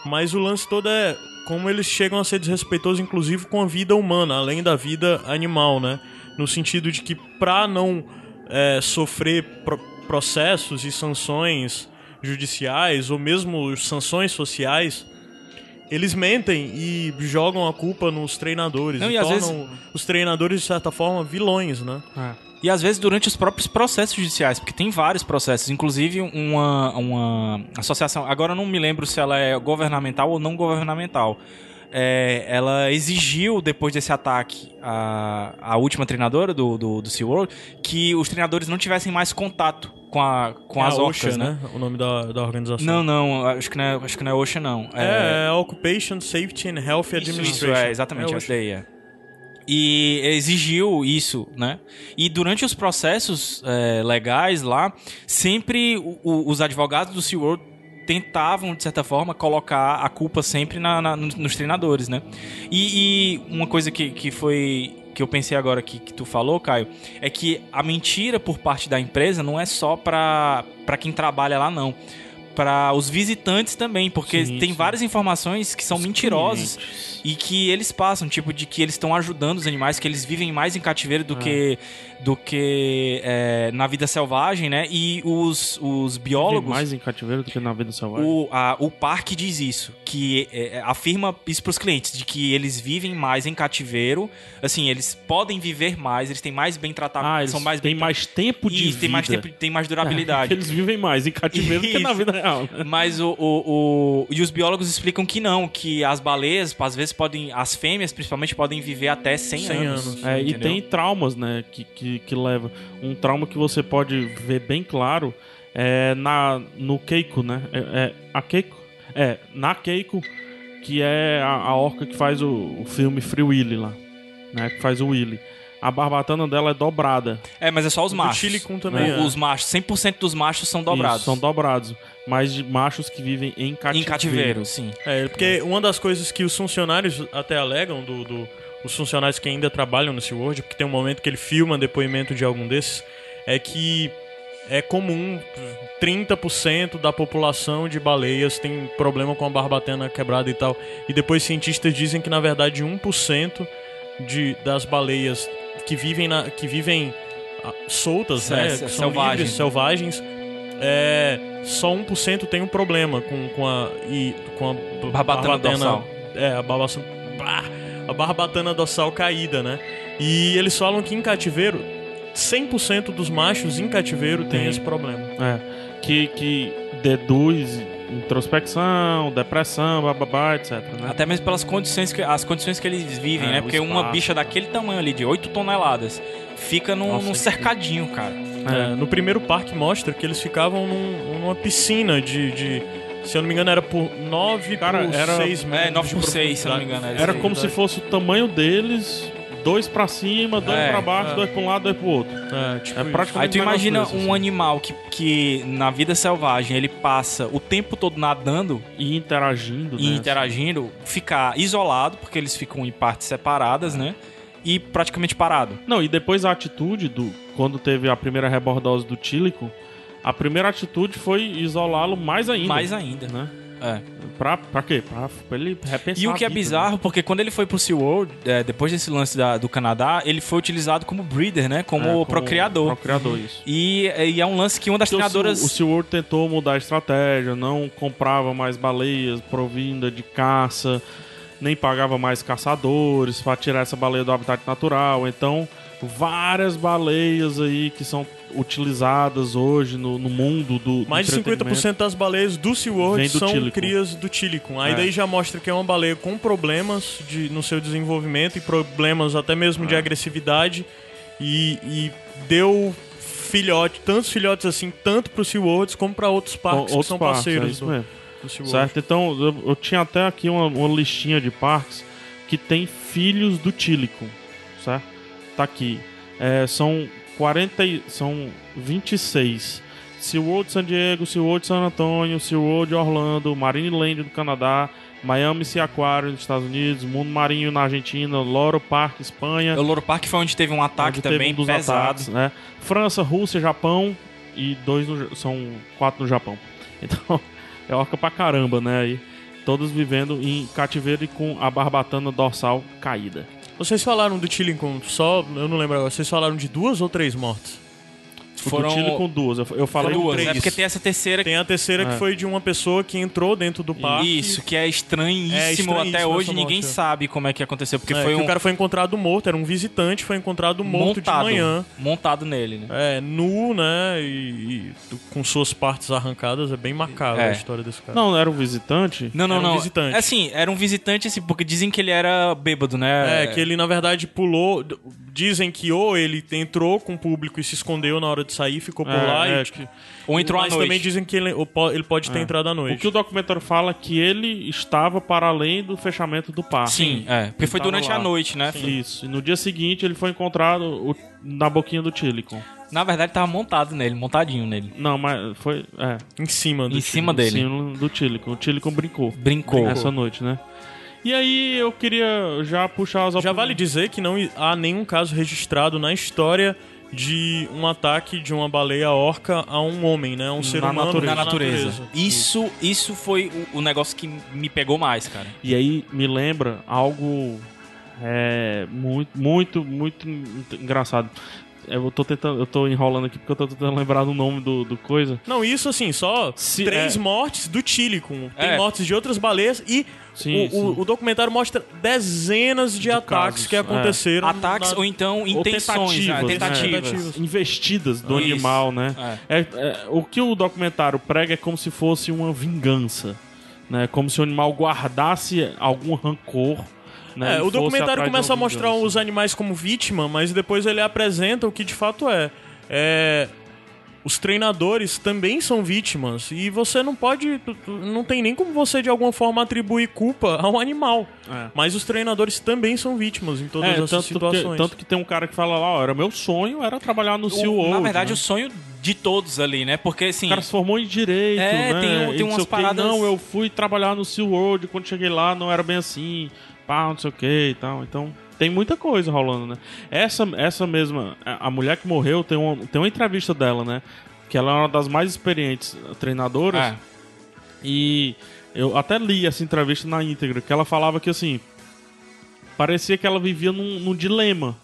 B: Mas o lance todo é como eles chegam a ser desrespeitosos inclusive com a vida humana, além da vida animal, né? No sentido de que pra não é, sofrer pro- processos e sanções judiciais ou mesmo sanções sociais, eles mentem e jogam a culpa nos treinadores.
C: Não,
B: e
C: e às
B: tornam os treinadores, de certa forma, vilões, né?
C: É. E às vezes durante os próprios processos judiciais, porque tem vários processos, inclusive uma, uma associação, agora eu não me lembro se ela é governamental ou não governamental. É, ela exigiu, depois desse ataque, a, a última treinadora do, do, do SeaWorld, que os treinadores não tivessem mais contato com, a, com
B: É
C: as
B: a
C: orcas,
B: OSHA,
C: né?
B: O nome da, da organização.
C: Não, não, acho que não é, acho que não é OSHA, não.
B: É, é Occupation Safety and Health
C: Isso,
B: Administration.
C: é, exatamente,
B: É
C: essa daí é. E exigiu isso, né? E durante os processos é, legais lá, sempre o- o- os advogados do SeaWorld tentavam, de certa forma, colocar a culpa sempre na- na- nos, nos treinadores, né? E, e uma coisa que, que foi... Que eu pensei agora que, que tu falou, Caio, é que a mentira por parte da empresa não é só pra, pra quem trabalha lá, não. Pra os visitantes também, porque
A: Sim,
C: tem
A: sim.
C: várias informações que são mentirosas e que eles passam, tipo, de que eles estão ajudando os animais, que eles vivem mais em cativeiro do
A: É.
C: que, do que é, na vida selvagem, né? E os, os biólogos.
A: mais em cativeiro do que na vida selvagem.
C: O, a- o parque diz isso, que é, afirma isso para os clientes, de que eles vivem mais em cativeiro, assim, eles podem viver mais, eles têm mais bem tratado,
A: ah, eles
C: tá, são mais
A: têm
C: bem
A: mais tempo de
C: Isso,
A: vida.
C: tem mais tempo, tem mais durabilidade.
A: É, eles vivem mais em cativeiro do que na
C: Isso.
A: vida real. né?
C: Mas o, o, o- E os biólogos explicam que não, que as baleias, às vezes, podem. As fêmeas, principalmente, podem viver até 100,
B: 100
C: anos.
B: anos.
A: É, e
C: entendeu?
A: tem traumas, né, que, que, que leva. Um trauma que você pode ver bem claro é na, no Keiko, né? É, é, a Keiko? É, na Keiko, que é a, a orca que faz o, o filme Free Willy lá, né? Que faz o Willy. A barbatana dela é dobrada.
C: É, mas é só os
B: Do
C: machos.
B: Chile com também,
C: O-
B: é.
C: Os machos, 100% dos machos são dobrados.
A: Isso, são dobrados. Mas de machos que vivem em cativeiro.
C: Em cativeiro, sim.
B: É, porque uma das coisas que os funcionários até alegam, do, do- os funcionários que ainda trabalham no SeaWorld, porque tem um momento que ele filma depoimento de algum desses, é que é comum 30% da população de baleias tem problema com a barbatana quebrada e tal. E depois cientistas dizem que na verdade 1% de, das baleias que vivem, na, que vivem ah, soltas,
C: É,
B: né,
C: é,
B: que são
C: selvagens,
B: livres,
C: né?
B: selvagens é, só 1% tem um problema com, com a. E, com a b-
C: Barbatana dorsal.
B: É, a barbatana. bah, A barbatana dorsal caída, né? E eles falam que em cativeiro, 100% dos machos em cativeiro tem,
A: Tem.
B: esse problema.
A: É, que, que deduz introspecção, depressão, bababá, etc. Né?
C: Até mesmo pelas condições que, as condições que eles vivem,
A: É,
C: né?
A: o
C: Porque uma
A: espaço,
C: bicha
A: tá.
C: daquele tamanho ali, de 8 toneladas, fica num,
A: Nossa, é
C: num
A: que-
C: cercadinho, cara.
A: É.
B: É, no primeiro parque mostra que eles ficavam num- numa piscina de. de- se eu não me engano, era por 9
A: Cara,
B: por
A: era-
B: 6 metros.
C: É, 9 por
B: de
C: 6, se eu não me engano.
B: profundidade.
A: Era como se fosse o tamanho deles, dois pra cima, dois
C: É,
A: pra baixo,
B: é.
A: dois pra um lado, dois pro outro.
B: É, tipo
A: É
B: isso.
A: praticamente-
C: Aí tu
A: Um negócio
C: imagina
A: desse,
C: um
A: assim.
C: animal que, que na vida selvagem ele passa o tempo todo nadando
A: E interagindo, né?
C: e interagindo, ficar isolado, porque eles ficam em partes separadas,
A: É.
C: né? E praticamente parado.
A: Não, e depois a atitude do. Quando teve a primeira rebordose do Tílico, a primeira atitude foi isolá-lo mais ainda.
C: Mais ainda.
A: Né?
C: É.
A: Pra, pra quê? Pra, pra ele repensar.
C: E o que
A: a vida,
C: é
A: né?
C: bizarro, porque quando ele foi pro SeaWorld, é, depois desse lance da- do Canadá, ele foi utilizado como breeder, né?
A: né?
C: Como,
A: É,
C: procriador.
A: Procriador, isso.
C: E, e é um lance que uma das
B: Então,
A: Porque
C: treinadoras.
A: O, o SeaWorld tentou mudar a estratégia, não comprava mais baleias provinda de caça, nem pagava mais caçadores para tirar essa baleia do habitat natural. Então, várias baleias aí que são utilizadas hoje no, no mundo do do
B: Mais de
A: entretenimento.
B: 50% das baleias do SeaWorld
A: Vem do
B: são
A: Tílico.
B: crias do Tilicum. Aí
A: É.
B: daí já mostra que é uma baleia com problemas de, no seu desenvolvimento e problemas até mesmo
A: É.
B: de agressividade. E, e deu filhote, tantos filhotes assim, tanto pro SeaWorld como pra outros
A: Ou-
B: parques
A: outros
B: que são
A: parques, é
B: parceiros
A: isso
B: do,
A: mesmo.
B: do SeaWorld.
A: Certo? Então, eu, eu tinha até aqui uma, uma listinha de parques que tem filhos do Tílico, certo? Tá aqui. É, são 40, e- são 26. SeaWorld San Diego, SeaWorld San Antonio, SeaWorld Orlando, Marineland do Canadá, Miami Sea Aquarium nos Estados Unidos, Mundo Marinho na Argentina, Loro Park, Espanha.
C: O Loro Park foi onde teve um ataque
A: onde teve
C: também
A: um dos
C: pesado.
A: ataques, né? França, Rússia, Japão e dois no, são quatro no Japão. Então é orca pra caramba, né? Aí todos vivendo em cativeiro e com a barbatana dorsal caída.
B: Vocês falaram do Tilicum só, eu não lembro agora, vocês falaram de duas ou três mortes?
A: Foram com duas. Eu, eu falei
C: duas,
A: três.
C: né? Porque tem essa terceira que
B: Tem a terceira que
A: É.
B: foi de uma pessoa que entrou dentro do parque.
C: Isso, que é estranhíssimo,
B: É estranhíssimo
C: até hoje,
B: essa
C: ninguém
B: morte.
C: sabe como é que aconteceu, porque
B: É,
C: foi
B: que
C: um
B: o cara foi encontrado morto, era um visitante, foi encontrado morto
C: montado,
B: de manhã.
C: montado nele, né?
B: É, nu, né? E, e tu- com suas partes arrancadas, é bem macabra
C: É.
B: a história desse cara.
A: Não, não era o visitante?
C: Não, não,
B: Era um
C: não.
B: visitante.
C: Assim, era um visitante, assim, porque dizem que ele era bêbado, né?
B: É, que ele na verdade pulou. d- Dizem que ou ele entrou com o público e se escondeu na hora de sair, ficou por
A: É,
B: lá
A: é,
B: e. tipo,
C: Ou entrou à
B: mas
C: noite.
B: também dizem que ele, o po- ele pode ter entrado à noite.
A: O que o documentário fala é que ele estava para além do fechamento do parque.
C: Sim, é. Porque
A: Ele
C: foi
A: tava
C: durante
A: lá.
C: a noite, né?
A: Isso. E no dia seguinte ele foi encontrado o- na boquinha do Tilicon.
C: Na verdade, tava montado nele, montadinho nele.
A: Não, mas foi. É.
B: Em cima do
C: Em
B: tipo.
C: cima dele.
A: Sim, do Tilicon. O Tilicon brincou.
C: Brincou.
A: Nessa noite, né? E aí eu queria já puxar as
B: Já
A: opini-
B: vale dizer que não há nenhum caso registrado na história de um ataque de uma baleia orca a um homem, né? A um ser
A: Na
B: humano
A: natureza.
C: Na natureza. Isso, isso foi o, o negócio que me pegou mais, cara.
A: E aí me lembra algo é, muito, muito, muito en- engraçado. É, Eu tô tentando, eu tô enrolando aqui porque eu tô tentando lembrar do nome do, do coisa.
B: Não, isso assim, só
A: Se-
B: três
A: é.
B: mortes do Tílico. Tem
C: É.
B: mortes de outras baleias e
A: Sim,
B: o, o-
A: sim.
B: o documentário mostra dezenas de, ataques
A: casos,
B: que
A: é.
B: aconteceram.
C: Ataques
B: na-
C: ou então
A: Ou
C: intenções, né?
A: né?
C: tentativas.
A: Investidas do
C: Isso.
A: animal, né? É, é, o que o documentário prega é como se fosse uma vingança, né? Como se o animal guardasse algum rancor, né? E
B: É, o
A: fosse
B: documentário
A: atrás de
B: começa
A: uma
B: a mostrar
A: vingança.
B: os animais como vítima, mas depois ele apresenta o que de fato é. É, Os treinadores também são vítimas. E você não pode. tu- tu- Não tem nem como você, de alguma forma, atribuir culpa a um animal.
A: É.
B: Mas os treinadores também são vítimas em todas
A: É,
B: essas situações.
A: Que, tanto que tem um cara que fala lá, ó, era meu sonho era trabalhar no
C: O-
A: SeaWorld.
C: na verdade,
A: né?
C: é o sonho de todos ali, né? Porque assim.
A: o cara se formou em direito,
C: É,
A: né?
C: tem um-
A: E
C: tem
A: não sei
C: umas
A: o quê.
C: paradas-
A: Não, eu fui trabalhar no SeaWorld, quando cheguei lá não era bem assim, pá, não sei o que e tal. Então, tem muita coisa rolando, né? Essa, essa mesma, a a mulher que morreu, tem uma, tem uma entrevista dela, né? Que ela é uma das mais experientes treinadoras.
C: é.
A: E eu até li essa entrevista na íntegra, que ela falava que assim. Parecia que ela vivia num, num dilema.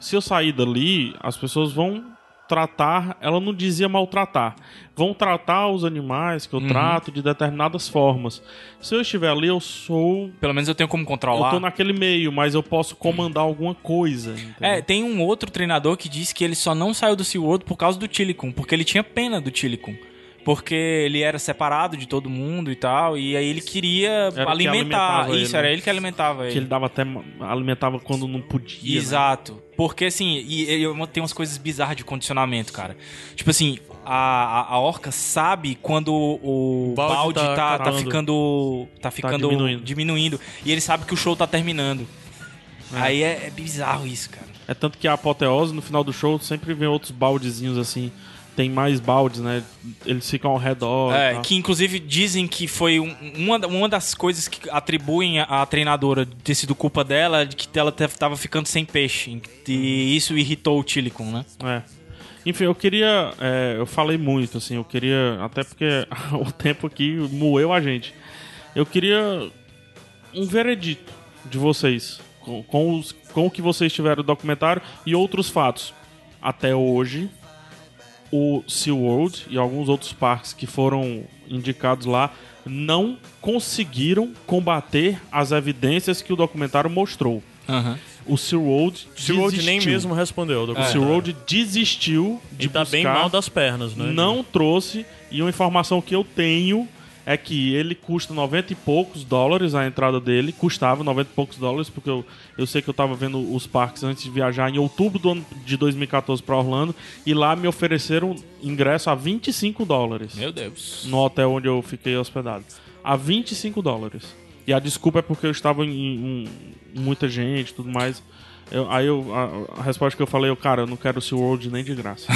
A: Se eu sair dali, as pessoas vão tratar. Ela não dizia maltratar. Vão tratar os animais que eu
C: Uhum.
A: trato de determinadas formas. Se eu estiver ali, eu sou.
C: Pelo menos eu tenho como
A: Eu
C: controlar.
A: tô naquele meio, mas eu posso comandar alguma coisa.
C: É,
A: entendeu?
C: tem um outro treinador que disse que ele só não saiu do SeaWorld por causa do Tilicum, porque ele tinha pena do Tilicum. Porque ele era separado de todo mundo e tal, e aí ele queria
A: que
C: alimentar.
A: alimentava
C: Isso,
A: ele,
C: era
A: né?
C: ele que alimentava
A: Que
C: ele.
A: ele dava até. alimentava quando não podia. né?
C: Exato. Porque assim, e, e eu tenho umas coisas bizarras de condicionamento, cara. Tipo assim, a, a, a orca sabe quando o,
B: balde
C: balde
B: tá
C: tá, tá,
A: acabando.
C: ficando. Tá ficando
A: diminuindo.
C: diminuindo. E ele sabe que o show tá terminando. Aí é, é bizarro isso, cara.
A: É tanto que a apoteose, no final do show, sempre vem outros baldezinhos assim. Tem mais baldes, né? Eles ficam ao redor. e
C: É,
A: tal.
C: que inclusive dizem que foi um- uma, uma das coisas que atribuem à à treinadora ter sido culpa dela, de que ela te- tava ficando sem peixe. E isso irritou o Tilicum, né?
A: É. Enfim, eu queria. é, eu falei muito, assim, eu queria. Até porque o tempo aqui moeu a gente. Eu queria um veredito de vocês. Com, com os, com o que vocês tiveram do documentário e outros fatos. Até hoje, o SeaWorld e alguns outros parques que foram indicados lá não conseguiram combater as evidências que o documentário mostrou. o SeaWorld
B: Seaworld nem
A: desistiu. É.
B: mesmo respondeu.
A: O
B: documentário.
A: SeaWorld desistiu de
B: É. E tá
A: buscar,
B: bem mal das pernas, né?
A: não trouxe. E uma informação que eu tenho é que ele custa 90 e poucos dólares a entrada dele. Custava 90 e poucos dólares, porque eu, eu sei que eu tava vendo os parques antes de viajar em outubro do ano de 2014 pra Orlando. E lá me ofereceram ingresso a 25 dólares
C: Meu Deus.
A: no hotel onde eu fiquei hospedado. A 25 dólares. E a desculpa é porque eu estava em, em- em muita gente e tudo mais. Eu- aí eu, a, a resposta que eu falei, eu, cara, eu não quero o World nem de graça.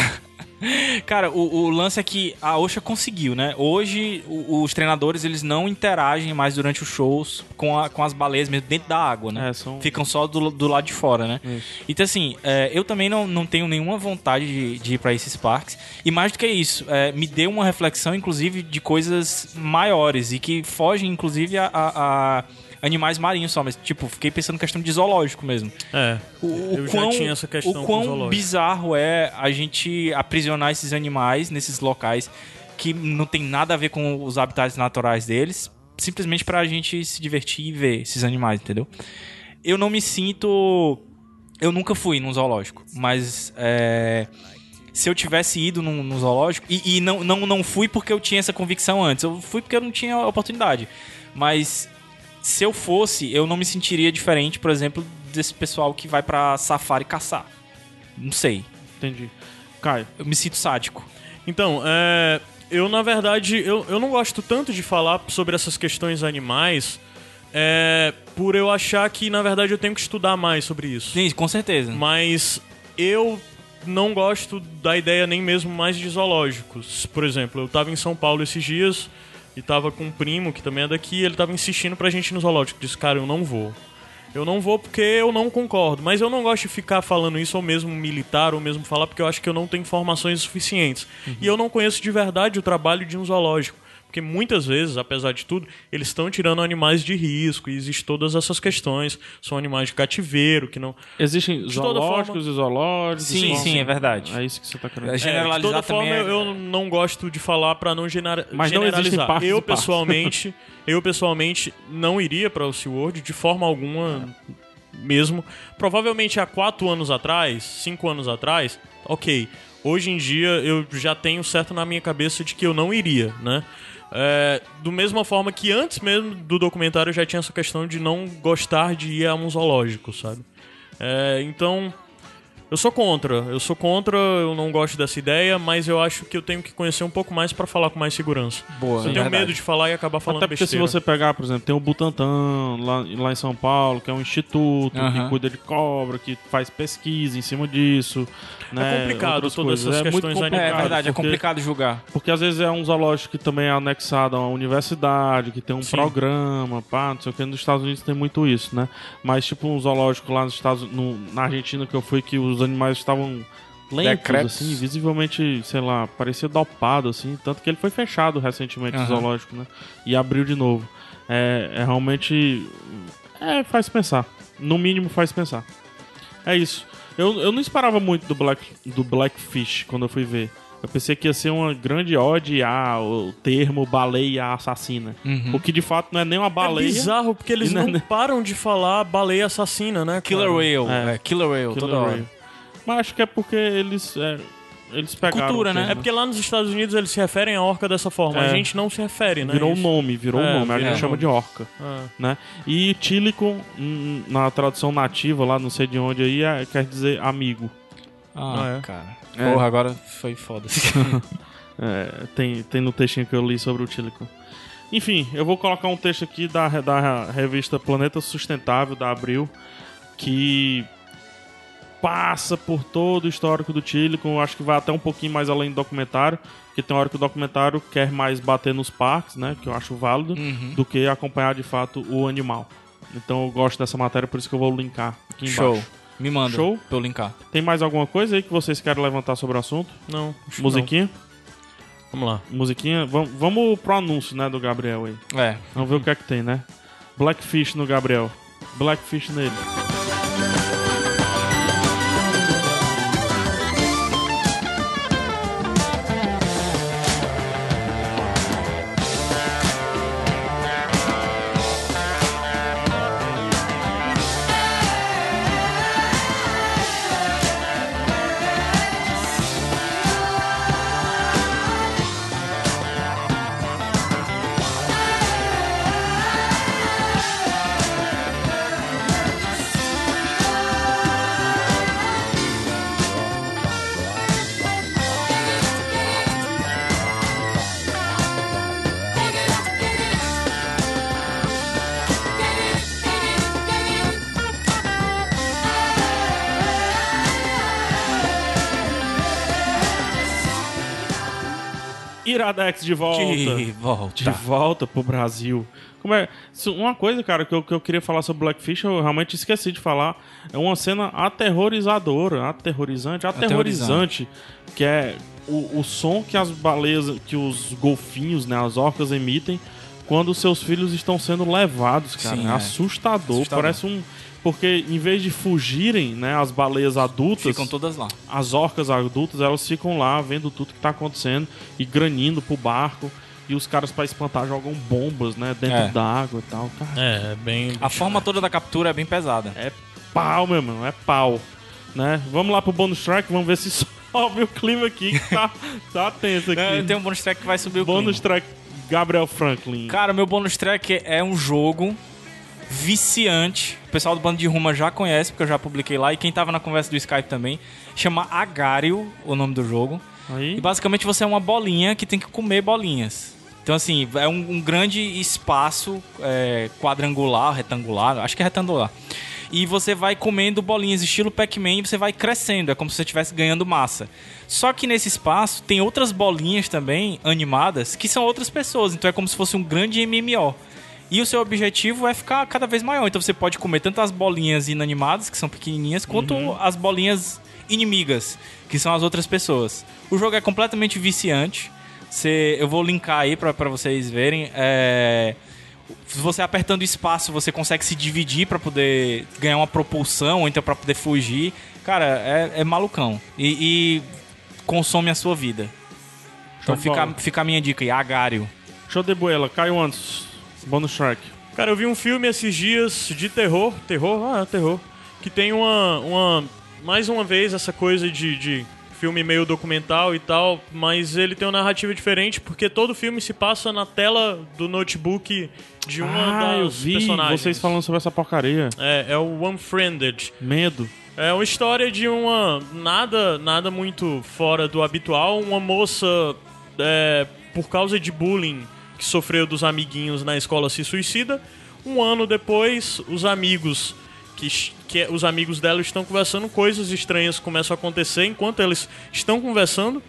C: Cara, o, o lance é que a Osha conseguiu, né? Hoje o- os treinadores eles não interagem mais durante os shows com, a- com as baleias mesmo dentro da água, né?
A: É, são-
C: Ficam só do, do lado de fora, né? Então, assim, é, eu também não, não tenho nenhuma vontade de, de ir pra esses parques. E mais do que isso, é, me deu uma reflexão, inclusive, de coisas maiores e que fogem, inclusive, a. a- a Animais marinhos só, mas tipo, fiquei pensando em questão de zoológico mesmo.
B: É.
C: O, o
B: Eu já
C: quão,
B: tinha essa questão
C: o
B: com
C: quão
B: o zoológico.
C: bizarro é a gente aprisionar esses animais nesses locais que não tem nada a ver com os habitats naturais deles, simplesmente pra gente se divertir e ver esses animais, entendeu? Eu não me sinto. Eu nunca fui num zoológico, mas é, se eu tivesse ido num, num zoológico, e, e não, não, não fui porque eu tinha essa convicção antes, eu fui porque eu não tinha oportunidade. Mas se eu fosse, eu não me sentiria diferente, por exemplo, desse pessoal que vai pra safari caçar. Não sei.
A: Entendi. Caio,
C: Eu me sinto sádico.
B: Então, é, eu na verdade, eu, eu não gosto tanto de falar sobre essas questões animais, é, por eu achar que na verdade eu tenho que estudar mais sobre isso.
C: Sim, com certeza.
B: Mas eu não gosto da ideia nem mesmo mais de zoológicos. Por exemplo, eu tava em São Paulo esses dias e tava com um primo que também é daqui, ele tava insistindo pra gente ir no zoológico. Disse, cara, eu não vou. Eu não vou porque eu não concordo. Mas eu não gosto de ficar falando isso, ou mesmo militar, ou mesmo falar, porque eu acho que eu não tenho informações suficientes. E eu não conheço de verdade o trabalho de um zoológico. Porque muitas vezes, apesar de tudo, eles estão tirando animais de risco e existem todas essas questões. São animais de cativeiro que não.
A: existem
B: De toda
A: zoológicos e zoológicos.
C: Sim,
A: zoológicos.
C: sim, é verdade.
A: É isso que você tá querendo
C: É,
A: dizer.
C: generalizar
B: de toda
C: também
B: forma, eu,
C: é-
B: eu não gosto de falar pra não genera-
A: Mas não existem
B: generalizar.
A: parques e
B: eu
A: parques.
B: pessoalmente, eu pessoalmente não iria pra o SeaWorld de forma alguma mesmo. Provavelmente há quatro anos atrás, cinco anos atrás, ok. Hoje em dia eu já tenho certo na minha cabeça de que eu não iria, né? É, do mesma forma que antes mesmo do documentário eu já tinha essa questão de não gostar de ir a um zoológico, sabe? É, então, eu sou contra, eu sou contra, eu não gosto dessa ideia, mas eu acho que eu tenho que conhecer um pouco mais pra falar com mais segurança.
C: Boa,
B: eu
C: é
B: tenho
C: verdade.
B: medo de falar e acabar falando
A: Até porque
B: besteira.
A: se você pegar, por exemplo, tem o Butantan lá, lá em São Paulo, que é um instituto que
C: Aham.
A: cuida de cobra, que faz pesquisa em cima disso. né,
B: É complicado
A: outras
B: todas
A: coisas.
B: essas
A: é muito
B: questões né,
A: complicado,
C: É, verdade, é
A: porque-
C: complicado julgar.
A: Porque às vezes é um zoológico que também é anexado a uma universidade, que tem um programa, pá, não sei o que. Nos Estados Unidos tem muito isso, né? Mas tipo um zoológico lá nos Estados no- na Argentina que eu fui, que os animais estavam lentos,
C: Decretos.
A: assim, visivelmente, sei lá, parecia dopado, assim. Tanto que ele foi fechado recentemente, o
C: Aham.
A: zoológico, né? E abriu de novo. É, é realmente... É, faz pensar. No mínimo faz pensar. É isso. Eu, eu não esperava muito do, Black, do Blackfish quando eu fui ver. Eu pensei que ia ser uma grande ode ao termo baleia assassina.
C: Uhum.
A: O que de fato não é nem uma baleia.
B: É bizarro porque eles
A: E na-
B: não param de falar baleia assassina, né? cara?
C: Killer Whale,
A: É.
C: é, Killer Whale,
A: Killer
C: toda hora.
A: whale. Mas acho que é porque eles, é, eles pegaram.
C: Cultura,
A: o
C: né?
A: termo.
B: É porque lá nos Estados Unidos eles se referem à orca dessa forma.
A: É.
B: A gente não se refere, né?
A: Virou um
B: Isso.
A: nome, virou um
B: É,
A: nome. A gente
C: virou
A: chama
C: nome.
A: de orca.
B: Ah.
A: né? E tílico, hum, na tradução nativa, lá não sei de onde aí, é- quer dizer amigo.
C: Ah,
B: Ah, é.
C: cara. Porra, agora foi foda.
A: É, tem, tem no textinho que eu li sobre o Tílico. Enfim, eu vou colocar um texto aqui da, da revista Planeta Sustentável, da Abril, que passa por todo o histórico do Tílico. Eu Acho que vai até um pouquinho mais além do documentário, porque tem hora que o documentário quer mais bater nos parques, né? Que eu acho válido,
B: Uhum.
A: do que acompanhar de fato o animal. Então eu gosto dessa matéria, por isso que eu vou linkar aqui embaixo.
C: Show. Me manda
A: Show?
C: pra eu linkar.
A: Tem mais alguma coisa aí que vocês querem levantar sobre o assunto?
B: Não. acho que
A: Musiquinha?
B: não. Vamos lá.
A: Musiquinha? Vam- vamos pro anúncio, né, do Gabriel aí.
C: É.
A: Vamos ver o que é que tem, né? Blackfish no Gabriel. Blackfish nele.
E: Blackfish,
A: Iradex de volta.
C: De volta.
A: De volta pro Brasil. Como é? Isso- Uma coisa, cara, que eu, que eu queria falar sobre Blackfish, eu realmente esqueci de falar. É uma cena aterrorizadora, aterrorizante, aterrorizante. Que é o, o som que as baleias, que os golfinhos, né, as orcas emitem quando seus filhos estão sendo levados, cara.
C: Sim,
A: é
C: é.
A: assustador.
C: Assustador.
A: Parece um. Porque em vez de fugirem, né, as baleias adultas
C: Ficam todas lá.
A: as orcas adultas elas ficam lá vendo tudo que tá acontecendo e granindo pro barco. E os caras, pra espantar, jogam bombas, né? Dentro
C: É.
A: da água e tal. Cara,
B: É, bem.
C: A forma toda da captura é bem pesada.
A: é pau, meu irmão. É pau. Né? Vamos lá pro bonus track, vamos ver se sobe o clima aqui, que tá, tá tenso aqui.
C: É, tem um bonus track que vai subir o
A: Bônus
C: clima.
A: track Gabriel Franklin.
C: Cara, meu bônus track é um jogo viciante. O pessoal do Bando de Ruma já conhece, porque eu já publiquei lá. E quem tava na conversa do Skype também. Chama Agario, o nome do jogo.
A: Aí,
C: E basicamente você é uma bolinha que tem que comer bolinhas. Então, assim, é um, um grande espaço é, quadrangular, retangular, acho que é retangular. E você vai comendo bolinhas, estilo Pac-Man, e você vai crescendo, é como se você estivesse ganhando massa. Só que nesse espaço tem outras bolinhas também, animadas, que são outras pessoas, então é como se fosse um grande MMO. E o seu objetivo é ficar cada vez maior. Então você pode comer tanto as bolinhas inanimadas, que são pequenininhas, quanto
A: Uhum.
C: as bolinhas inimigas, que são as outras pessoas. O jogo é completamente viciante. Você- eu vou linkar aí pra pra vocês verem. É, você apertando espaço, você consegue se dividir pra poder ganhar uma propulsão, ou então pra poder fugir. Cara, é, é malucão. E, e consome a sua vida.
A: Show
C: Então
A: de
C: fica,
A: bola.
C: fica a minha dica aí, Agário.
A: show de boela. Caio Antes. Bônus track.
B: Cara, eu vi um filme esses dias de terror, terror, ah, terror, que tem uma, uma mais uma vez essa coisa de, de filme meio documental e tal, mas ele tem uma narrativa diferente porque todo filme se passa na tela do notebook de uma
A: ah, eu
B: das
A: vi
B: personagens.
A: vocês falando sobre essa porcaria.
B: É, é o Unfriended.
A: Medo.
B: É uma história de uma. Nada, nada muito fora do habitual. Uma moça, é, por causa de bullying que sofreu dos amiguinhos na escola, se suicida. Um ano depois, os amigos. Que, es- que é, os amigos dela estão conversando, coisas estranhas começam a acontecer enquanto eles estão conversando.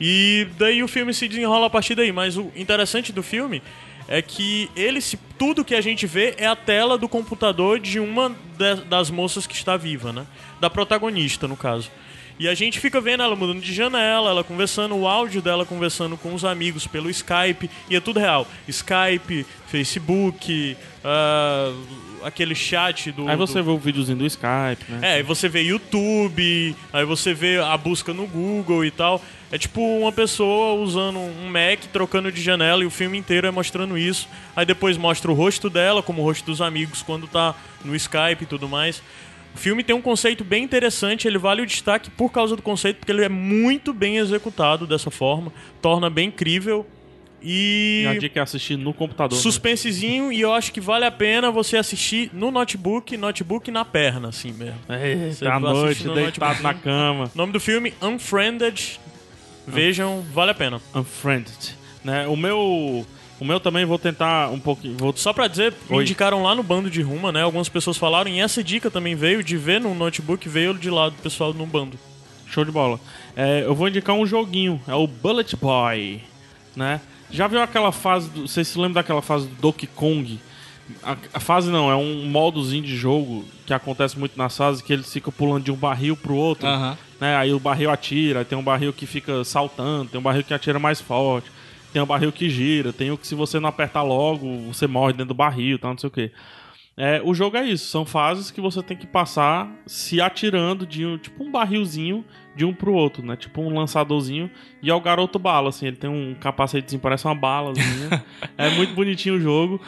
B: E daí o filme se desenrola a partir daí. Mas o interessante do filme é que ele se, tudo que a gente vê é a tela do computador de uma da- das moças que está viva, né? Da protagonista, no caso. E a gente fica vendo ela mudando de janela, ela conversando, o áudio dela conversando com os amigos pelo Skype, e é tudo real. Skype, Facebook, ah, aquele chat do.
A: Aí
B: do-
A: você vê o videozinho do Skype, né?
B: é, aí você vê YouTube, aí você vê a busca no Google e tal. É tipo uma pessoa usando um Mac, trocando de janela e o filme inteiro é mostrando isso. Aí depois mostra o rosto dela, como o rosto dos amigos quando tá no Skype e tudo mais. O filme tem um conceito bem interessante, ele vale o destaque por causa do conceito, porque ele é muito bem executado dessa forma, torna bem crível. E.
A: E a dica é assistir no computador. né?
B: Suspensezinho, e eu acho que vale a pena você assistir no notebook, notebook na perna, assim mesmo. Você
A: tá à
B: assiste
A: noite,
B: no
A: deitado na cama,
B: O nome do filme, Unfriended. Vejam, vale a pena.
A: unfriended. Né? O meu. O meu também vou tentar um pouquinho. Vou...
B: Só pra dizer, me
A: Oi.
B: indicaram lá no bando de Ruma, né? Algumas pessoas falaram, e essa dica também veio de ver no notebook, veio de lá do pessoal no bando.
A: Show de bola. É, eu vou indicar um joguinho, é o Bullet Boy. Né? Já viu aquela fase. Do... Vocês se lembram daquela fase do Donkey Kong? A, a fase não, é um modozinho de jogo que acontece muito nas fases, que eles ficam pulando de um barril pro outro.
C: Aham.
A: né? Aí o barril atira, tem um barril que fica saltando, tem um barril que atira mais forte, tem um barril que gira, tem o que se você não apertar logo, você morre dentro do barril, tal, não sei o quê. É, o jogo é isso, são fases que você tem que passar se atirando de um, tipo um barrilzinho de um pro outro, né? Tipo um lançadorzinho. E é o garoto bala, assim, ele tem um capacetezinho, parece uma balazinha. é muito bonitinho o jogo,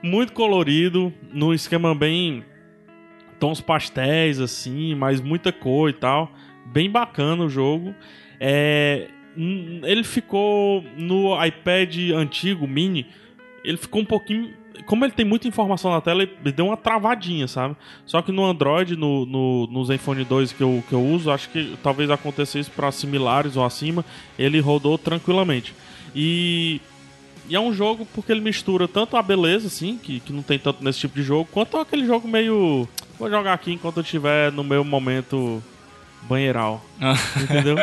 A: muito colorido, num esquema bem tons pastéis, assim, mas muita cor e tal. Bem bacana o jogo. É, n- ele ficou no iPad antigo, mini. Ele ficou um pouquinho. Como ele tem muita informação na tela, ele deu uma travadinha, sabe? Só que no Android, no, no, no Zenfone 2 que eu, que eu uso, acho que talvez aconteça isso para similares ou acima, ele rodou tranquilamente. E e é um jogo porque ele mistura tanto a beleza, assim, que, que não tem tanto nesse tipo de jogo, quanto aquele jogo meio. Vou jogar aqui enquanto eu estiver no meu momento banheiral. Entendeu?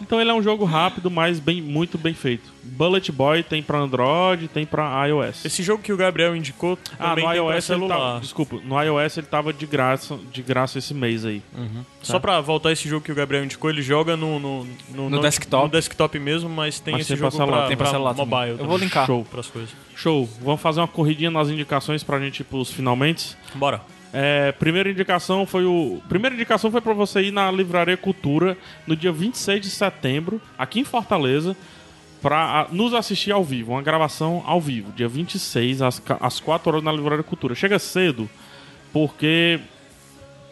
A: Então ele é um jogo rápido, mas bem, muito bem feito. Bullet Boy tem pra Android, tem pra iOS.
B: Esse jogo que o Gabriel indicou
A: ah,
B: também
A: no
B: tem pra
A: iOS ele
B: celular.
A: tava, desculpa, no iOS ele tava de graça, de graça esse mês aí. Tá.
B: Só pra voltar esse jogo que o Gabriel indicou, ele joga no, no,
C: No desktop.
B: no desktop mesmo, mas tem
A: Mas
B: esse
A: tem pra
B: jogo
A: celular,
B: pra,
C: tem pra celular também.
B: mobile.
C: Eu vou linkar.
B: Show. Pras coisas.
A: Show, vamos fazer uma corridinha nas indicações pra gente ir pros finalmente.
B: Bora.
A: É, primeira indicação foi o. Primeira indicação foi pra você ir na Livraria Cultura no dia 26 de setembro, aqui em Fortaleza, pra a, nos assistir ao vivo, uma gravação ao vivo, dia 26, às, ca- às 4 horas na Livraria Cultura. Chega cedo, porque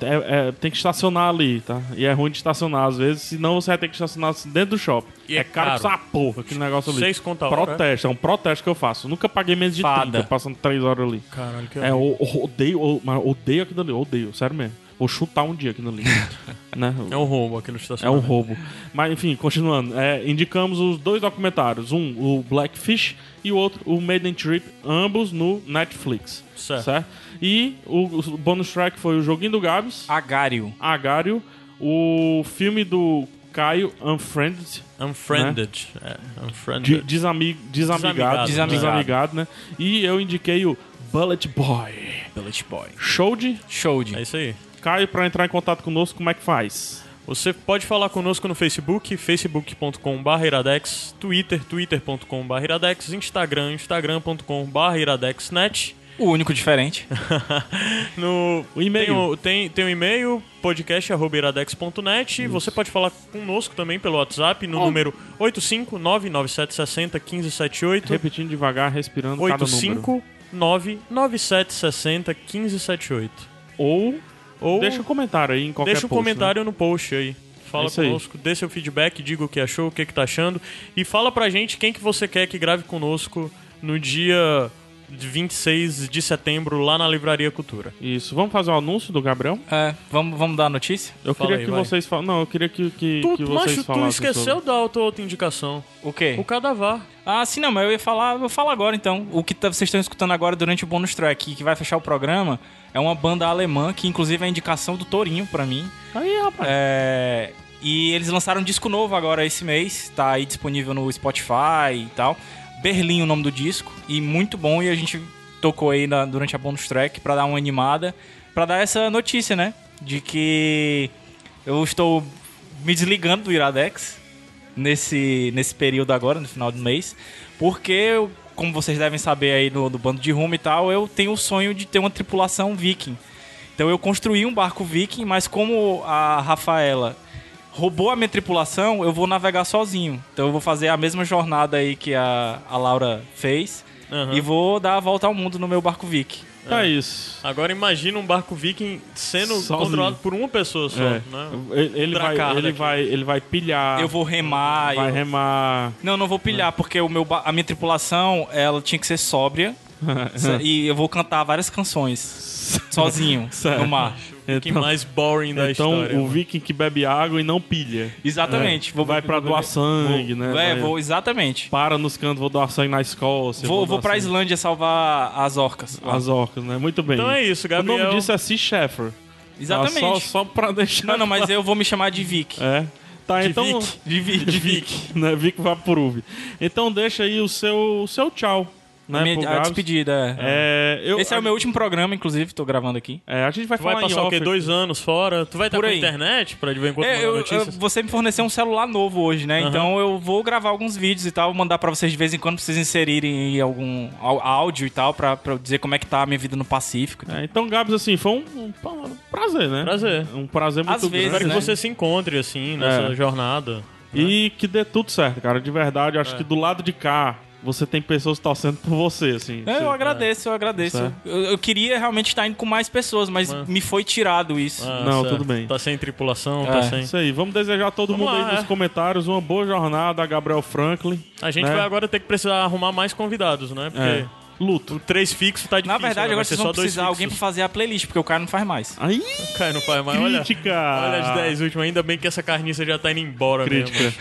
A: é- é, tem que estacionar ali, tá? E é ruim de estacionar às vezes, senão você vai ter que estacionar dentro do shopping.
B: E é
A: caro pra essa porra aquele negócio ali.
B: Seis conta a hora, né?
A: Protesto, é um protesto que eu faço. Nunca paguei menos de
C: Fada.
A: 30, passando 3 horas ali.
B: Caralho, que
A: É, eu, eu odeio, eu, mas eu odeio aquilo ali, eu odeio, sério mesmo. Vou chutar um dia aquilo ali. né?
B: É um roubo aquele
A: É um
B: estacionamento.
A: roubo. Mas enfim, continuando. É, indicamos os dois documentários. Um, o Blackfish, e o outro, o Maiden Trip, ambos no Netflix.
B: Certo.
A: E o, o bonus track foi o Joguinho do Gabs,
C: Agário.
A: Agário, o filme do Caio Unfriended,
B: Unfriended. É,
A: né? de,
B: unfriended.
A: desami, desamigado,
B: Desamigado,
A: desamigado, né? E eu indiquei o Bullet Boy.
C: Bullet Boy.
A: Show de
C: Show de.
B: É isso aí.
A: Caio, pra entrar em contato conosco, como é que faz?
B: Você pode falar conosco no Facebook, facebook.com.br iradex, Twitter, twitter.com.br iradex, Instagram, instagram.com.br iradexnet.
C: O único diferente.
B: No
A: O e-mail.
B: Tem o tem, tem um e-mail, podcast.iradex.net. Você pode falar conosco também pelo WhatsApp no número 85997601578.
A: Repetindo devagar, respirando cada número.
B: 85997601578.
A: Ou,
B: Ou
A: deixa um comentário aí em qualquer
B: deixa um
A: post, né?
B: comentário no post aí.
A: É
B: Fala
A: isso aí.
B: conosco, dê seu feedback, diga o que achou, o que, que tá achando. E fala pra gente quem que você quer que grave conosco no dia 26 de setembro lá na Livraria Cultura.
A: Né? Isso. Vamos fazer o anúncio do Gabriel?
C: É, vamos, vamos dar a notícia?
A: Eu
B: Fala
A: queria
B: aí,
A: que
B: vai.
A: vocês falassem. Não, eu queria que, que,
B: Tu,
A: que vocês
B: macho, tu
A: falassem.
B: esqueceu
A: sobre-
B: da tua outra indicação.
C: O quê?
B: O cadavar.
C: Ah, sim, não, mas eu ia falar, eu vou falar agora então. O que tá- vocês estão escutando agora durante o bonus track, que vai fechar o programa, é uma banda alemã, que inclusive é a indicação do Torinho pra mim.
A: Aí, rapaz.
C: É, e eles lançaram um disco novo agora esse mês, tá aí disponível no Spotify e tal. Berlim, o nome do disco, e muito bom. E a gente tocou aí na- durante a bonus track pra dar uma animada, pra dar essa notícia, né? De que eu estou me desligando do Iradex nesse, nesse período agora, no final do mês, porque eu, como vocês devem saber aí no, do bando de rumo e tal, eu tenho o sonho de ter uma tripulação viking. Então eu construí um barco viking, mas como a Rafaela roubou a minha tripulação, eu vou navegar sozinho. Então eu vou fazer a mesma jornada aí que a, a Laura fez
B: Aham.
C: e vou dar a volta ao mundo no meu barco viking.
A: Tá isso.
B: Agora imagina um barco viking sendo
A: Sozinho.
B: controlado por uma pessoa só,
A: É.
B: né?
A: Ele, ele vai,
B: Dracarda
A: ele,
B: aqui.
A: vai, ele vai pilhar,
C: Eu vou remar,
A: Ah. vai Ah.
C: eu-
A: remar.
C: Não, não vou pilhar, porque o meu, ba- a minha tripulação, ela tinha que ser sóbria. Sa- e eu vou cantar várias canções sozinho no mar.
B: Que mais boring da
A: Então,
B: história.
A: o viking que bebe água e não pilha.
C: Exatamente. Vou,
A: É. Vai pra doar sangue, né?
C: É,
A: Vai-
C: vou exatamente.
A: Para nos cantos, vou doar sangue na Escócia.
C: Vou, vou
A: doar
C: pra
A: sangue-
C: Islândia salvar as orcas.
A: As orcas, né? Muito bem.
B: Então é isso, Gabriel.
A: O nome disso é Sea Shepherd. Tá?
C: Exatamente.
A: Só, só pra deixar.
C: Não, não, mas eu vou me chamar de Vic.
A: É. Tá,
C: De
A: então.
C: Vic. De Vic.
A: De Vic, né? Vic Vaporub. Então deixa aí o seu, o seu tchau. Né,
C: A minha-
A: pro
C: a
A: Gabs.
C: despedida. é.
A: É, eu,
C: Esse é o meu último programa, inclusive, tô gravando aqui.
A: É, a gente vai
B: Tu
A: falar
B: vai passar
A: em
B: o quê?
A: off.
B: Dois anos fora? Tu vai estar
C: Por
B: com
C: aí.
B: internet pra de vez em quando
C: É,
B: mandar
C: eu- eu-
B: notícias?
C: você me forneceu um celular novo hoje, né?
B: Aham.
C: Então eu vou gravar alguns vídeos e tal, mandar pra vocês de vez em quando pra vocês inserirem aí algum au- áudio e tal, pra, pra eu dizer como é que tá a minha vida no Pacífico.
A: É, então, Gabs, assim, foi um, um pra- um prazer, né?
B: Prazer.
A: Um prazer muito
C: Às vezes,
A: grande.
B: Espero que
C: né?
B: você se encontre, assim, nessa jornada.
A: E que dê tudo certo, cara. De verdade, eu
C: É.
A: acho que do lado de cá você tem pessoas torcendo por você, assim.
C: É,
A: Você-
C: eu agradeço, eu agradeço.
A: Certo.
B: é.
C: Eu, eu queria realmente estar indo com mais pessoas, mas me foi tirado isso.
B: Ah,
A: Não, tudo bem.
B: Tá sem tripulação, tá
C: É.
A: É
B: sem...
A: Isso aí, vamos desejar a todo
B: Vamos
A: mundo
B: lá,
A: aí nos
B: é.
C: né?
A: comentários uma boa jornada a Gabriel Franklin.
B: A gente
A: né?
B: vai agora ter que precisar arrumar mais convidados, né? Porque
A: É.
B: luto. Três fixos tá
C: Na
B: difícil.
C: verdade,
B: né?
C: agora
B: vai ser
C: vocês
B: só
C: vão
B: dois
C: precisar de alguém pra
B: fixos.
C: fazer a playlist, porque o cara não faz mais.
A: Aí,
B: Cai, não faz mais. Olha,
A: crítica!
B: olha as dez últimas. Ainda bem que essa carniça já tá indo embora
A: Crítica.
B: mesmo.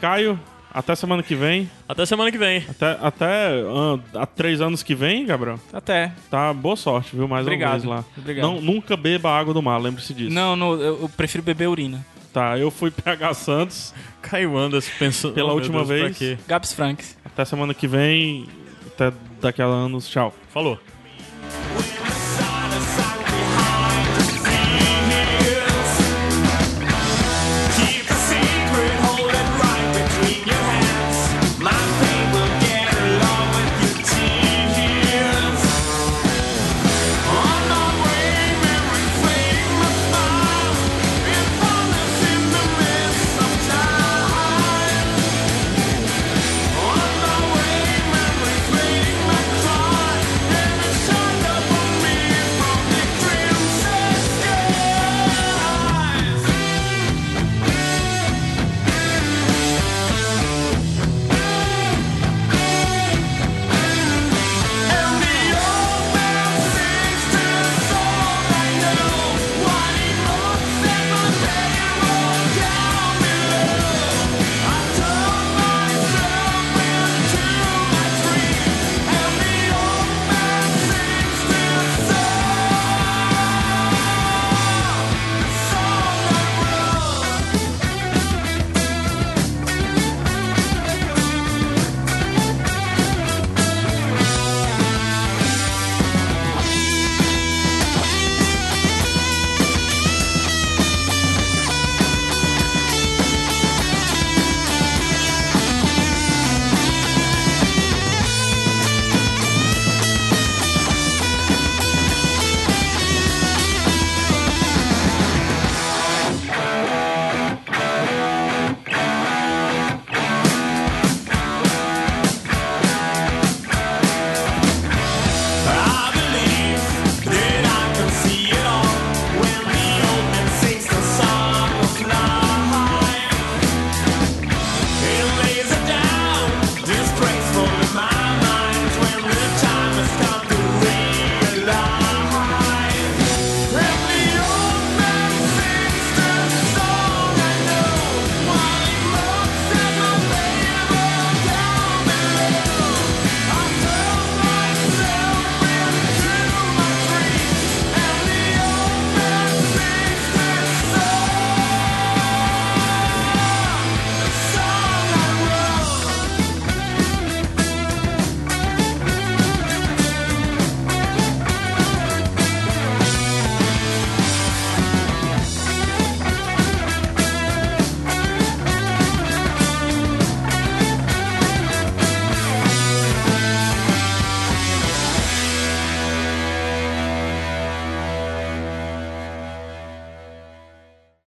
A: Caio, até semana que vem.
B: Até semana que vem.
A: Até, até ah, há três anos que vem, Gabriel.
C: Até.
A: Tá, boa sorte, viu? Mais
C: Obrigado.
A: uma vez lá.
C: Obrigado.
A: Não, nunca beba água do mar, lembre-se disso.
C: Não, não, eu, eu prefiro beber urina.
A: Tá, eu fui PH Santos.
B: Caio Anderson pensando
A: Pela
B: meu
A: última
B: Deus, pra
A: vez.
B: quê?
C: Gabs Franks.
A: Até semana que vem. Até daqui a anos. Tchau.
B: Falou.